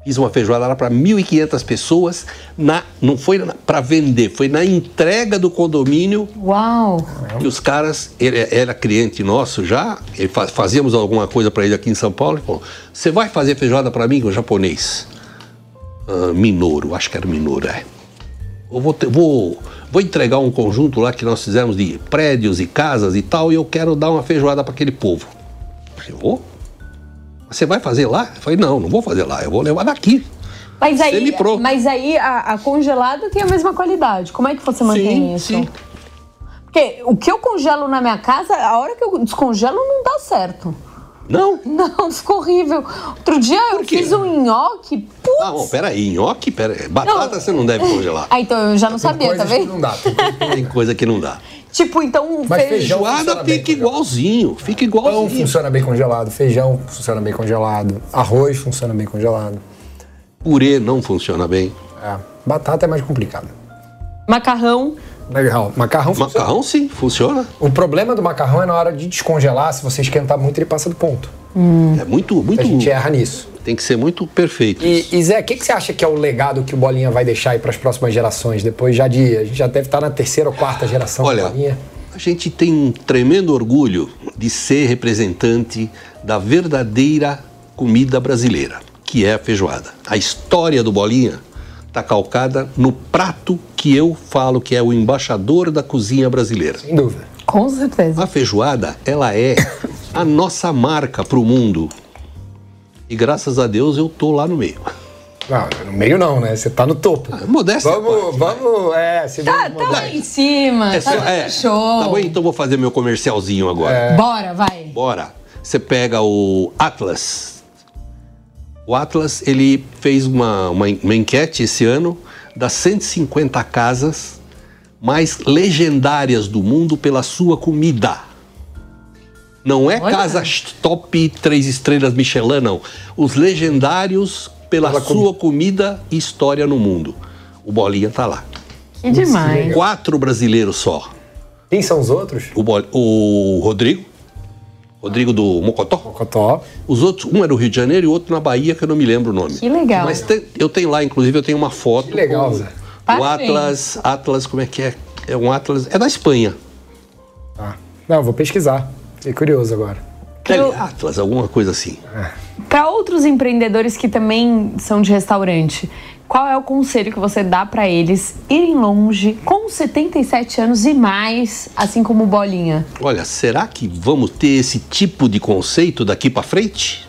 Speaker 4: Fiz uma feijoada lá para 1.500 pessoas. Na, não foi para vender, foi na entrega do condomínio
Speaker 2: Uau!
Speaker 4: e os caras, ele era cliente nosso já, ele fa- fazíamos alguma coisa para ele aqui em São Paulo, ele falou, você vai fazer feijoada para mim com japonês? Ah, Minoru, acho que era Minoru, é. Eu vou, ter- vou, vou entregar um conjunto lá que nós fizemos de prédios e casas e tal, e eu quero dar uma feijoada para aquele povo. Eu falei, vou? Você vai fazer lá? Eu falei, não, não vou fazer lá, eu vou levar daqui.
Speaker 2: Mas aí,
Speaker 4: Semi-pronto.
Speaker 2: mas aí a, a congelada tem a mesma qualidade. Como é que você mantém
Speaker 4: Sim,
Speaker 2: isso?
Speaker 4: sim.
Speaker 2: Porque o que eu congelo na minha casa, a hora que eu descongelo não dá certo.
Speaker 4: Não?
Speaker 2: Não, ficou horrível. Outro dia eu
Speaker 4: quê?
Speaker 2: fiz um nhoque. Putz!
Speaker 4: Ah, bom, peraí, nhoque, peraí. Batata
Speaker 2: Não.
Speaker 4: você não deve congelar.
Speaker 2: Ah, então eu já não sabia, tá
Speaker 3: Coisas que
Speaker 2: vendo?
Speaker 3: não dá.
Speaker 4: Tem coisa que não dá.
Speaker 2: Tipo, então
Speaker 3: Mas
Speaker 2: feijão.
Speaker 3: feijão-
Speaker 4: Feijoada
Speaker 3: funciona
Speaker 4: fica
Speaker 3: bem,
Speaker 4: igualzinho, fica
Speaker 3: Pão
Speaker 4: igualzinho.
Speaker 3: funciona bem congelado, feijão funciona bem congelado, arroz funciona bem congelado.
Speaker 4: Purê não funciona bem.
Speaker 3: É, batata é mais complicado.
Speaker 2: Macarrão.
Speaker 3: Legal. Macarrão funciona.
Speaker 4: Macarrão sim, funciona.
Speaker 3: O problema do macarrão é na hora de descongelar, se você esquentar muito, ele passa do ponto.
Speaker 4: É muito, muito.
Speaker 3: Hum. A gente erra nisso.
Speaker 4: Tem que ser muito perfeito.
Speaker 3: E, e Zé, o que, que você acha que é o legado que o Bolinha vai deixar aí para as próximas gerações? Depois já de. A gente já deve estar na terceira ou quarta geração do
Speaker 4: Olha,
Speaker 3: Bolinha.
Speaker 4: a gente tem um tremendo orgulho de ser representante da verdadeira comida brasileira, que é a feijoada. A história do Bolinha está calcada no prato que eu falo que é o embaixador da cozinha brasileira.
Speaker 3: Sem dúvida.
Speaker 2: Com certeza.
Speaker 4: A feijoada, ela é a nossa marca para o mundo. E graças a Deus eu tô lá no meio.
Speaker 3: Não, no meio não, né? Você tá no topo.
Speaker 4: Modéstia. à
Speaker 3: Vamos,
Speaker 4: parte.
Speaker 3: vamos, é, se
Speaker 2: Tá, tá lá em cima.
Speaker 4: É
Speaker 2: tá
Speaker 4: só-
Speaker 2: lá no
Speaker 4: é,
Speaker 2: show.
Speaker 4: Tá bom, então vou fazer meu comercialzinho agora.
Speaker 2: Bora, vai.
Speaker 4: Bora. Você pega o Atlas. O Atlas, ele fez uma, uma, en- uma enquete esse ano das 150 casas mais legendárias do mundo pela sua comida. Não é
Speaker 2: Olha.
Speaker 4: casa ch- top 3 estrelas Michelin, não. Os legendários pela, sua comida e história no mundo. O Bolinha tá lá.
Speaker 2: Que demais.
Speaker 4: Quatro brasileiros só.
Speaker 3: Quem são os outros?
Speaker 4: O, Bol- o Rodrigo. Rodrigo do Mocotó.
Speaker 3: Cotó.
Speaker 4: Os outros, um era do Rio de Janeiro e o outro na Bahia, que eu não me lembro o nome.
Speaker 2: Que legal.
Speaker 4: Mas tem- eu tenho lá, inclusive, eu tenho uma foto.
Speaker 3: Que legal,
Speaker 4: com
Speaker 3: Zé.
Speaker 4: o
Speaker 2: Parabéns.
Speaker 4: Atlas, Atlas, como é que é? É um Atlas, é da Espanha.
Speaker 5: Ah.
Speaker 3: Tá. Não, vou pesquisar. Fiquei curioso agora.
Speaker 4: Tele Atlas, alguma coisa assim.
Speaker 2: Para outros empreendedores que também são de restaurante, qual é o conselho que você dá para eles irem longe com 77 anos e mais, assim como Bolinha?
Speaker 4: Olha, será que vamos ter esse tipo de conceito daqui para frente?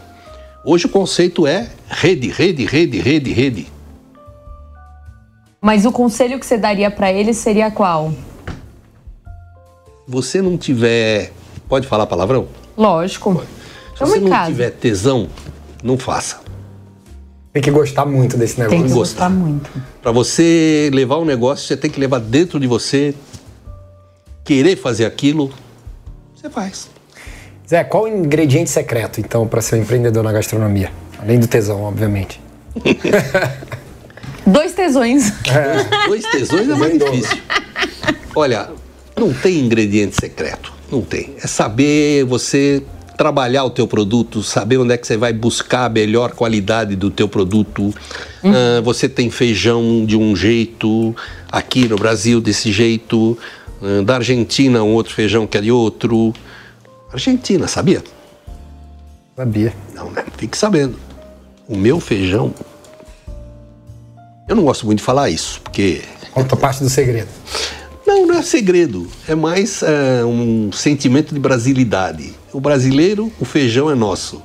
Speaker 4: Hoje o conceito é rede, rede, rede, rede, rede.
Speaker 2: Mas o conselho que você daria para eles seria qual?
Speaker 4: Você não tiver, pode falar palavrão?
Speaker 2: Lógico.
Speaker 4: Se
Speaker 2: Tamo
Speaker 4: você
Speaker 2: em
Speaker 4: não
Speaker 2: casa.
Speaker 4: tiver tesão, não faça.
Speaker 5: Tem que gostar muito desse negócio.
Speaker 2: Tem que gostar
Speaker 4: gostar.
Speaker 2: muito.
Speaker 4: Para você levar um negócio, você tem que levar dentro de você, querer fazer aquilo, você faz.
Speaker 5: Zé, qual o ingrediente secreto, então, para ser um empreendedor na gastronomia? Além do tesão, obviamente.
Speaker 2: Dois tesões.
Speaker 4: Dois tesões é mais difícil. Olha, não tem ingrediente secreto. Não tem. É saber você trabalhar o teu produto, saber onde é que você vai buscar a melhor qualidade do teu produto. Ah, você tem feijão de um jeito, aqui no Brasil desse jeito, ah, da Argentina um outro feijão que é de outro. Argentina, sabia?
Speaker 5: Sabia.
Speaker 4: Não, né? Fique sabendo. O meu feijão... Eu não gosto muito de falar isso, porque
Speaker 5: Outra parte do segredo.
Speaker 4: não, não é segredo. É mais é, um sentimento de brasilidade. O brasileiro, o feijão é nosso.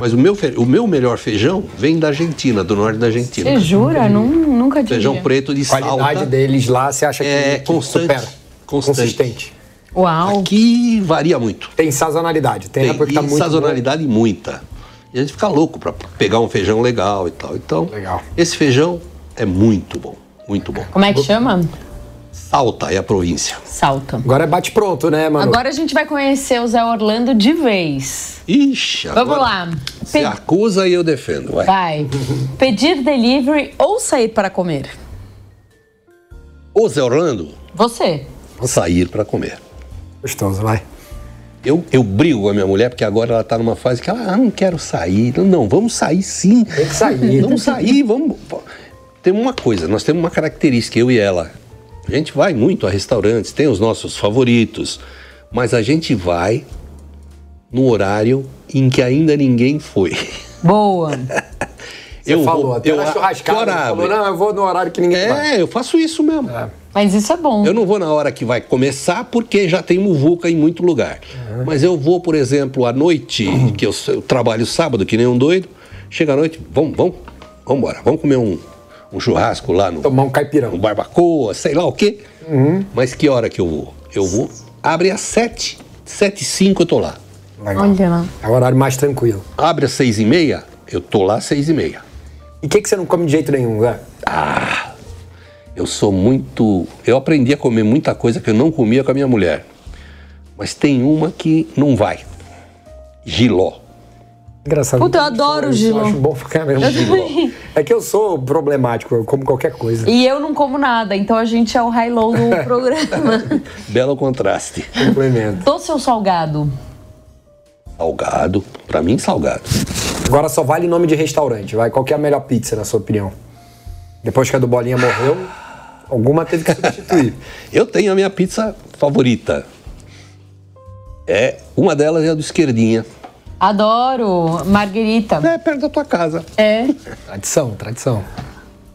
Speaker 4: Mas o meu, fe- o meu melhor feijão vem da Argentina, do norte da Argentina.
Speaker 2: Você jura? Nun- nunca diria.
Speaker 4: Feijão preto de tá?
Speaker 5: A qualidade
Speaker 4: salta.
Speaker 5: deles lá, você acha que,
Speaker 4: É
Speaker 5: que
Speaker 4: constante.
Speaker 5: supera?
Speaker 4: Constante.
Speaker 5: Consistente. é
Speaker 2: Uau.
Speaker 4: Aqui varia muito.
Speaker 5: Tem sazonalidade. Tem,
Speaker 4: Tem
Speaker 5: época que
Speaker 4: e
Speaker 5: tá muito
Speaker 4: sazonalidade muita. E a gente fica louco para pegar um feijão legal e tal. Então,
Speaker 5: Legal.
Speaker 4: esse feijão é muito bom. Muito bom.
Speaker 2: Como é que chama?
Speaker 4: Salta é a província.
Speaker 2: Salta.
Speaker 5: Agora é bate pronto, né, mano?
Speaker 2: Agora a gente vai conhecer o Zé Orlando de vez.
Speaker 4: Ixi,
Speaker 2: Vamos
Speaker 4: agora
Speaker 2: lá.
Speaker 4: Você
Speaker 2: Pe-
Speaker 4: acusa e eu defendo. Vai.
Speaker 2: Vai. Pedir delivery ou sair para comer?
Speaker 4: Ô, Zé Orlando,
Speaker 2: Você.
Speaker 4: sair para comer.
Speaker 5: Gostoso, vai.
Speaker 4: Eu, eu brigo com a minha mulher porque agora ela tá numa fase que ela, ah, não quero sair. Não, não, vamos sair sim.
Speaker 5: Tem que sair.
Speaker 4: Vamos sair, vamos. Pô, Tem uma coisa, nós temos uma característica, eu e ela. A gente vai muito a restaurantes, tem os nossos favoritos, mas a gente vai no horário em que ainda ninguém foi.
Speaker 2: Boa.
Speaker 5: Você falou, até na churrascada,
Speaker 4: que hora
Speaker 5: você falou,
Speaker 4: abre?
Speaker 5: não, eu vou no horário que ninguém vai.
Speaker 4: É, eu faço isso mesmo.
Speaker 2: Mas isso é bom.
Speaker 4: Eu não vou na hora que vai começar, porque já tem muvuca em muito lugar. Mas eu vou, por exemplo, à noite, que eu, eu trabalho sábado, que nem um doido, chega à noite, vamos, vamos, vamos embora, vamos comer um, um churrasco lá no,
Speaker 5: Tomar um caipirão.
Speaker 4: no barbacoa, sei lá o quê. Mas que hora que eu vou? Eu vou, abre às sete, sete e cinco eu tô lá.
Speaker 5: Legal.
Speaker 2: Olha lá.
Speaker 5: É o horário mais tranquilo.
Speaker 4: Abre às seis e meia, eu tô lá às seis e meia.
Speaker 5: E o que, que você não come de jeito nenhum, Zé?
Speaker 4: Eu sou muito. Eu aprendi a comer muita coisa que eu não comia com a minha mulher. Mas tem uma que não vai. Giló.
Speaker 5: Engraçado.
Speaker 2: Puta, eu adoro o
Speaker 5: Eu
Speaker 2: Gilão.
Speaker 5: acho bom ficar mesmo.
Speaker 2: também.
Speaker 5: É que eu sou problemático, eu como qualquer coisa.
Speaker 2: E eu não como nada, então a gente é o high-low do programa.
Speaker 4: Belo contraste.
Speaker 5: Complemento.
Speaker 2: Doce ou salgado?
Speaker 4: Salgado. Pra mim, salgado.
Speaker 5: Agora só vale nome de restaurante, vai. Qual que é a melhor pizza, na sua opinião? Depois que a do Bolinha morreu, alguma teve que substituir.
Speaker 4: Eu tenho a minha pizza favorita. É, uma delas é a do esquerdinha.
Speaker 2: Adoro. Marguerita.
Speaker 4: É perto da tua casa.
Speaker 2: É.
Speaker 5: tradição, tradição.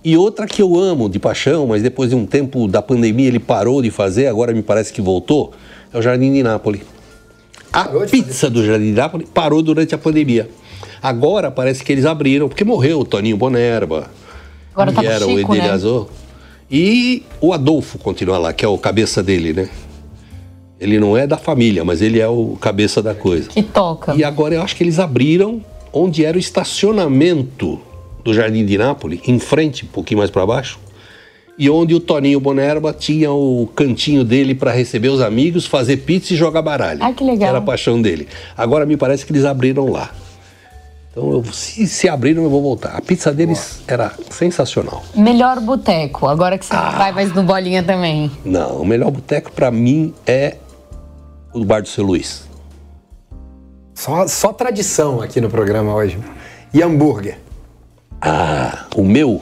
Speaker 4: E outra que eu amo de paixão, mas depois de um tempo da pandemia ele parou de fazer, agora me parece que voltou, é o Jardim de Nápoles. A pizza do Jardim de Nápoles parou durante a pandemia. Agora parece que eles abriram, porque morreu o Toninho Bonerba,
Speaker 2: Agora tá
Speaker 4: que
Speaker 2: com
Speaker 4: era o
Speaker 2: Chico, né?
Speaker 4: Edilhazor. E o Adolfo continua lá, que é o cabeça dele, né? Ele não é da família, mas ele é o cabeça da coisa.
Speaker 2: Que toca.
Speaker 4: E agora eu acho que eles abriram onde era o estacionamento do Jardim de Nápoles, em frente, um pouquinho mais para baixo, e onde o Toninho Bonerba tinha o cantinho dele para receber os amigos, fazer pizza e jogar baralho.
Speaker 2: Ah, que legal.
Speaker 4: Era a paixão dele. Agora me parece que eles abriram lá. Então, eu- se, se abriram, eu vou voltar. A pizza deles era sensacional.
Speaker 2: Melhor boteco. Agora que você não vai mais no Bolinha também.
Speaker 4: Não, o melhor boteco para mim é o do Bar do Seu Luiz.
Speaker 5: Só, só tradição aqui no programa hoje. E hambúrguer.
Speaker 4: Ah, o meu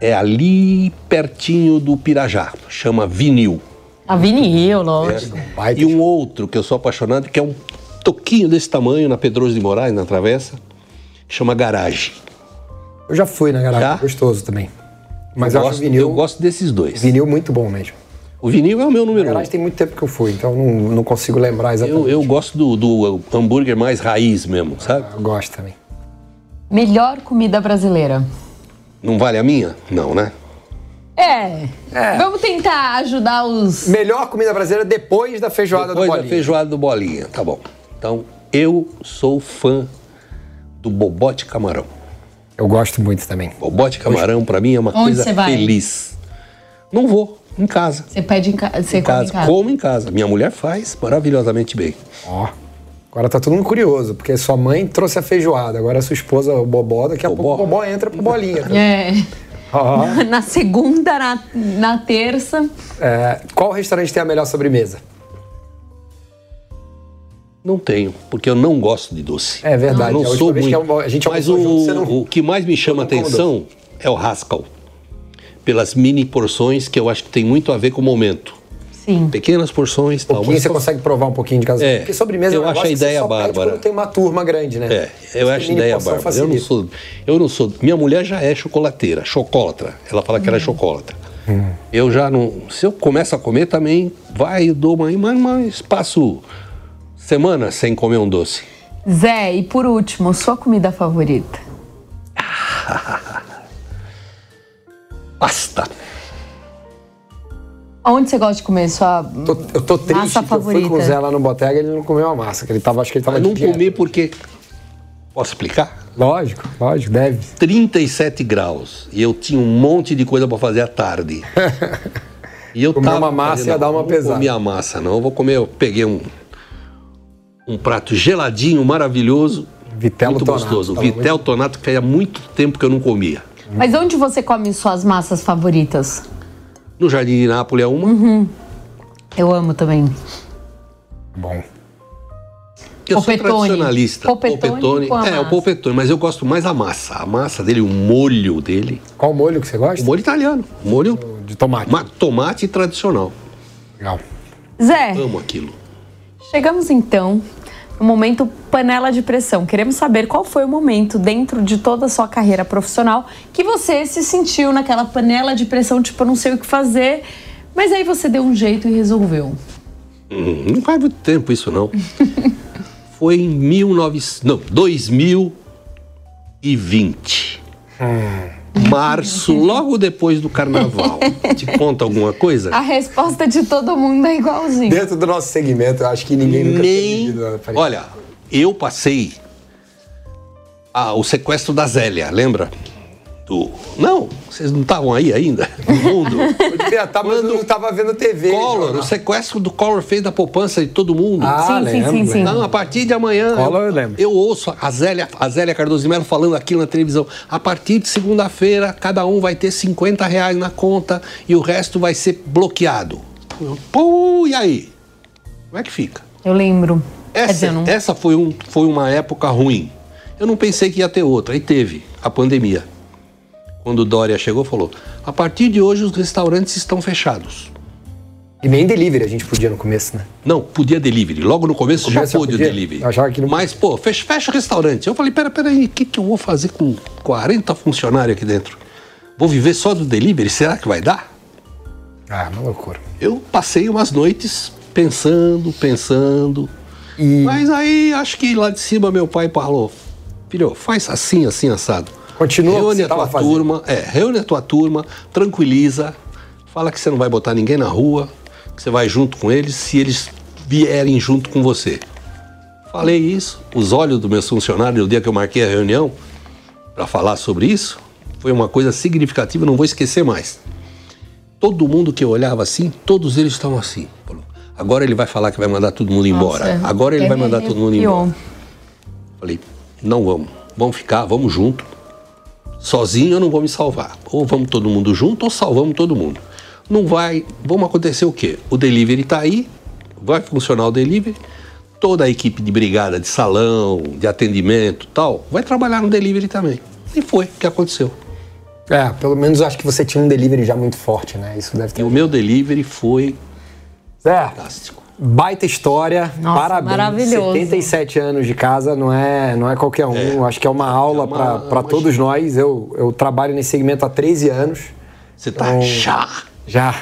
Speaker 4: é ali pertinho do Pirajá, chama Vinil.
Speaker 2: A Vini Rio, lógico.
Speaker 5: Baita
Speaker 4: E um outro que eu sou apaixonado, que é um toquinho desse tamanho na Pedroso de Moraes, na Travessa, que chama Garage.
Speaker 3: Eu já fui na garagem,
Speaker 4: Já?
Speaker 5: é
Speaker 3: gostoso também. Mas
Speaker 4: eu,
Speaker 3: eu, acho
Speaker 4: gosto,
Speaker 3: o vinil,
Speaker 4: eu gosto desses dois.
Speaker 3: vinil muito bom mesmo.
Speaker 4: O vinil é o meu
Speaker 3: Na
Speaker 4: número um.
Speaker 3: garagem tem muito tempo que eu fui, então não, não consigo lembrar exatamente.
Speaker 4: Eu, eu gosto do, do hambúrguer mais raiz mesmo, sabe?
Speaker 3: Eu gosto também.
Speaker 2: Melhor comida brasileira.
Speaker 4: Não vale a minha? Não, né?
Speaker 2: É. Vamos tentar ajudar os.
Speaker 3: Melhor comida brasileira depois da feijoada
Speaker 4: Depois
Speaker 3: do
Speaker 4: da
Speaker 3: bolinho.
Speaker 4: feijoada do Bolinha, tá bom. Então, eu sou fã do bobote camarão.
Speaker 3: Eu gosto muito também.
Speaker 4: Bobote camarão, pra mim, é uma
Speaker 2: Onde
Speaker 4: coisa
Speaker 2: você vai?
Speaker 4: feliz. Não vou, em casa.
Speaker 2: Você pede em casa. Você
Speaker 4: Em
Speaker 2: come em
Speaker 4: casa,
Speaker 2: casa.
Speaker 4: como em casa. Minha mulher faz maravilhosamente bem.
Speaker 3: Ó. Agora tá todo mundo curioso, porque sua mãe trouxe a feijoada, agora a sua esposa, o Bobó, daqui a
Speaker 4: Bobó.
Speaker 3: pouco o Bobó entra pro bolinha.
Speaker 2: É.
Speaker 3: Ó.
Speaker 2: Na segunda, na, na terça.
Speaker 3: É, qual restaurante tem a melhor sobremesa?
Speaker 4: Tá, Não tenho, porque eu não gosto de doce.
Speaker 3: É verdade,
Speaker 4: Eu
Speaker 3: a
Speaker 4: não
Speaker 3: última
Speaker 4: sou
Speaker 3: vez
Speaker 4: muito.
Speaker 3: que a gente
Speaker 4: Mas
Speaker 3: almoçou
Speaker 4: o,
Speaker 3: junto, você não-
Speaker 4: o que mais me chama
Speaker 3: você não
Speaker 4: atenção é o Rascal. Pelas mini porções, que eu acho que tem muito a ver com o momento.
Speaker 2: Sim.
Speaker 4: Pequenas porções, tal.
Speaker 3: pouquinho
Speaker 4: mas-
Speaker 3: você consegue provar um pouquinho de casa.
Speaker 4: É,
Speaker 3: Porque sobremesa
Speaker 4: eu
Speaker 3: é um
Speaker 4: acho a
Speaker 3: negócio que você
Speaker 4: ideia
Speaker 3: só pede
Speaker 4: bárbara.
Speaker 3: Quando tem uma turma grande, né?
Speaker 4: É, eu
Speaker 3: Essa
Speaker 4: acho
Speaker 3: mini
Speaker 4: ideia
Speaker 3: porção
Speaker 4: bárbara. Eu não,
Speaker 3: facilita.
Speaker 4: sou, eu não sou. Minha mulher já é chocolateira, chocólatra. Ela fala que
Speaker 3: Hum.
Speaker 4: ela é chocólatra. Eu já não. Se eu começo a comer também, vai, eu dou uma, uma, uma espaço semana sem comer um doce.
Speaker 2: Zé, e por último, sua comida favorita?
Speaker 4: Pasta.
Speaker 2: Onde você gosta de comer sua.
Speaker 3: Tô- eu tô triste
Speaker 2: Massa
Speaker 3: que eu
Speaker 2: favorita.
Speaker 3: fui com o Zé lá no Botega e ele não comeu a massa, que ele tava, acho que ele tava
Speaker 4: Eu
Speaker 3: de
Speaker 4: não
Speaker 3: dieta.
Speaker 4: comi porque. Posso explicar?
Speaker 3: Lógico, lógico, deve.
Speaker 4: 37 graus. E eu tinha um monte de coisa para fazer à tarde. E eu
Speaker 3: Comer
Speaker 4: tava
Speaker 3: uma massa
Speaker 4: fazendo,
Speaker 3: ia dar uma
Speaker 4: não vou
Speaker 3: pesada."
Speaker 4: comer a massa, não. Eu vou comer, eu peguei um, um prato geladinho, maravilhoso.
Speaker 3: Vitelo
Speaker 4: muito
Speaker 3: tonato,
Speaker 4: gostoso.
Speaker 3: tava
Speaker 4: Vitel tonato que fazia muito tempo que eu não comia.
Speaker 2: Mas onde você come suas massas favoritas?
Speaker 4: No Jardim de Nápoles é uma.
Speaker 2: Uhum. Eu amo também.
Speaker 3: Bom.
Speaker 4: Eu
Speaker 2: Polpettone.
Speaker 4: sou tradicionalista.
Speaker 2: Polpettone com a
Speaker 4: É, o
Speaker 2: massa.
Speaker 4: polpetone, mas eu gosto mais da massa. A massa dele, o molho dele.
Speaker 3: Qual molho que você
Speaker 4: O
Speaker 3: gosta?
Speaker 4: molho italiano. o Molho
Speaker 3: De tomate.
Speaker 4: ma- tomate tradicional.
Speaker 3: Legal.
Speaker 2: Zé,
Speaker 4: Amo aquilo.
Speaker 2: chegamos então no momento panela de pressão. Queremos saber qual foi o momento dentro de toda a sua carreira profissional que você se sentiu naquela panela de pressão, tipo, eu não sei o que fazer, mas aí você deu um jeito e resolveu.
Speaker 4: Hum, Não faz muito tempo isso, não. Foi em 19... não, 2020.
Speaker 3: Ah.
Speaker 4: Março, logo depois do carnaval. Te conta alguma coisa?
Speaker 2: A resposta de todo mundo é igualzinha.
Speaker 3: Dentro do nosso segmento, eu acho que ninguém nunca né, tem
Speaker 4: Nem.
Speaker 3: vivido uma experiência.
Speaker 4: Olha, eu passei ah, o sequestro da Zélia, lembra? Do... Não, vocês não estavam aí ainda? No mundo.
Speaker 3: Eu devia estar, mas eu não É, tava vendo TV.
Speaker 4: Collor,
Speaker 3: jornal.
Speaker 4: o sequestro do Collor fez da poupança de todo mundo.
Speaker 3: Ah,
Speaker 2: Sim, sim,
Speaker 3: lembro,
Speaker 2: sim, sim.
Speaker 3: lembro.
Speaker 4: Não, a partir de amanhã.
Speaker 3: Collor, eu lembro.
Speaker 4: eu ouço a Zélia, a Zélia Cardoso de Mello falando aqui na televisão. A partir de segunda-feira, cada um vai ter 50 reais na conta e o resto vai ser bloqueado. Pô, e aí? Como é que fica?
Speaker 2: Eu lembro. Quer
Speaker 4: Essa,
Speaker 2: dizer, eu não-
Speaker 4: essa foi, um, foi uma época ruim. Eu não pensei que ia ter outra, e teve a pandemia. Quando o Dória chegou, falou: a partir de hoje os restaurantes estão fechados.
Speaker 3: E nem delivery a gente podia no começo, né?
Speaker 4: Não, podia delivery. Logo no começo já
Speaker 3: começo já
Speaker 4: pôde o
Speaker 3: é podia?
Speaker 4: delivery.
Speaker 3: Eu achava que não-
Speaker 4: Mas, pô, fecha, fecha o restaurante. Eu falei, pera, pera aí, o que, que eu vou fazer com 40 funcionários aqui dentro? Vou viver só do delivery? Será que vai dar?
Speaker 3: Ah, uma loucura.
Speaker 4: Eu passei umas noites pensando, pensando. Mas aí acho que lá de cima meu pai falou: filho, faz assim, assim, assado.
Speaker 3: Continua o que
Speaker 4: Reúne
Speaker 3: você
Speaker 4: a tua
Speaker 3: tava fazendo.
Speaker 4: turma, é, reúne a tua turma, tranquiliza, fala que você não vai botar ninguém na rua, que você vai junto com eles se eles vierem junto com você. Falei isso, os olhos do meu funcionário, no dia que eu marquei a reunião, para falar sobre isso, foi uma coisa significativa, eu não vou esquecer mais. Todo mundo que eu olhava assim, todos eles estavam assim. Falou, Agora ele vai falar que vai mandar todo mundo embora.
Speaker 2: Nossa,
Speaker 4: Agora ele
Speaker 2: até
Speaker 4: vai
Speaker 2: me
Speaker 4: mandar todo mundo
Speaker 2: arrepiou.
Speaker 4: embora. Falei, não vamos. Vamos ficar, vamos junto. Sozinho eu não vou me salvar. Ou vamos todo mundo junto ou salvamos todo mundo. Não vai. Vamos acontecer o quê? O delivery está aí, vai funcionar o delivery. Toda a equipe de brigada, de salão, de atendimento tal, vai trabalhar no delivery também. E foi o que aconteceu.
Speaker 3: É, pelo menos eu acho que você tinha um delivery já muito forte, né? Isso deve
Speaker 4: E
Speaker 3: ter.
Speaker 4: o meu delivery foi assim.
Speaker 3: Zé,
Speaker 4: fantástico.
Speaker 3: Baita história,
Speaker 2: Nossa,
Speaker 3: parabéns.
Speaker 2: maravilhoso.
Speaker 3: 77 anos de casa não é, não é qualquer um. Acho que é uma aula pra para todos nós. Eu, eu trabalho nesse segmento há 13 anos.
Speaker 4: Você tá chá.
Speaker 3: Já.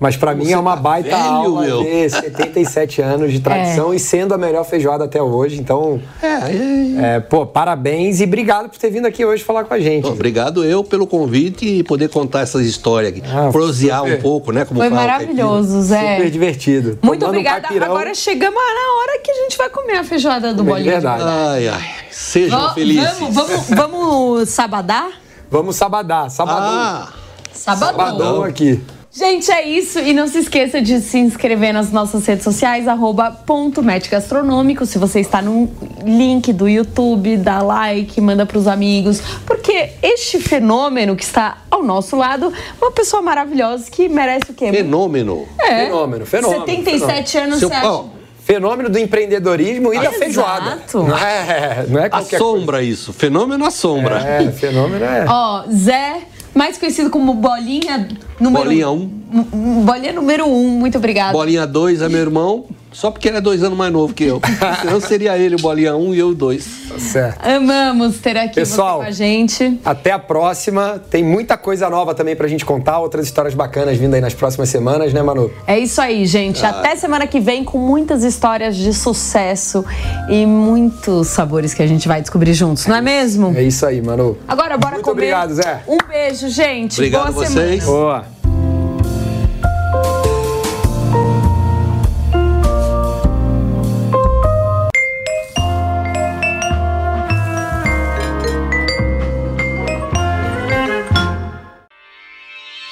Speaker 3: Mas pra mim é uma baita
Speaker 4: velho,
Speaker 3: aula
Speaker 4: meu.
Speaker 3: de 77
Speaker 2: É.
Speaker 3: anos de tradição e sendo a melhor feijoada até hoje. Então,
Speaker 4: É, é.
Speaker 3: é, pô, parabéns e obrigado por ter vindo aqui hoje falar com a gente.
Speaker 4: Obrigado eu pelo convite e poder contar essas histórias aqui.
Speaker 3: Ah,
Speaker 4: Prosear
Speaker 3: super.
Speaker 4: um pouco, né? Como
Speaker 2: Foi
Speaker 4: fala o
Speaker 2: maravilhoso, Zé.
Speaker 3: Super divertido.
Speaker 2: Muito
Speaker 3: É. Tomando um
Speaker 2: obrigada.
Speaker 3: caipirão.
Speaker 2: Agora chegamos ah, na hora que a gente vai comer a feijoada
Speaker 4: É
Speaker 2: do
Speaker 3: Comer de
Speaker 2: bolinho.
Speaker 3: verdade.
Speaker 4: caipira. Ai, ai. Sejam
Speaker 2: Vó-
Speaker 4: felizes.
Speaker 2: Vamos, vamos, vamos sabadar?
Speaker 3: Vamos sabadar. Sabadão.
Speaker 4: Ah,
Speaker 2: Sabadão.
Speaker 3: Sabadão aqui.
Speaker 2: Gente, é isso. E não se esqueça de se inscrever nas nossas redes sociais, arroba ponto Match Gastronômico. Se você está no link do YouTube, dá like, manda pros amigos. Porque este fenômeno que está ao nosso lado, uma pessoa maravilhosa que merece o quê?
Speaker 4: fenômeno.
Speaker 2: É.
Speaker 3: Fenômeno, fenômeno.
Speaker 2: 77 anos,
Speaker 4: Seu
Speaker 2: você acha-
Speaker 4: pau,
Speaker 3: Fenômeno do empreendedorismo e da
Speaker 2: Exato.
Speaker 3: feijoada. Não é, não é qualquer
Speaker 4: assombra isso. Fenômeno assombra.
Speaker 3: coisa. É, fenômeno é.
Speaker 2: Ó, Zé, mais conhecido como Bolinha número...
Speaker 4: Bolinha
Speaker 2: M- m- Bolinha número um. Muito obrigada.
Speaker 4: Bolinha 2 é meu irmão, só porque ele é dois anos mais novo que eu. Senão seria ele o Bolinha 1 um, e eu o 2.
Speaker 3: Certo.
Speaker 2: Amamos ter aqui
Speaker 3: Pessoal,
Speaker 2: você com a gente.
Speaker 3: Até a próxima. Tem muita coisa nova também pra gente contar, outras histórias bacanas vindo aí nas próximas semanas, né, Manu?
Speaker 2: É isso aí,
Speaker 3: Ah.
Speaker 2: gente. Até semana que vem com muitas histórias de sucesso e muitos sabores que a gente vai descobrir juntos, não é mesmo?
Speaker 3: É isso aí, Manu.
Speaker 2: Agora bora
Speaker 3: Muito
Speaker 2: comer.
Speaker 3: obrigado, Zé.
Speaker 2: Um beijo, gente.
Speaker 4: Obrigado
Speaker 2: Boa
Speaker 4: a
Speaker 2: semana.
Speaker 4: vocês.
Speaker 3: Boa.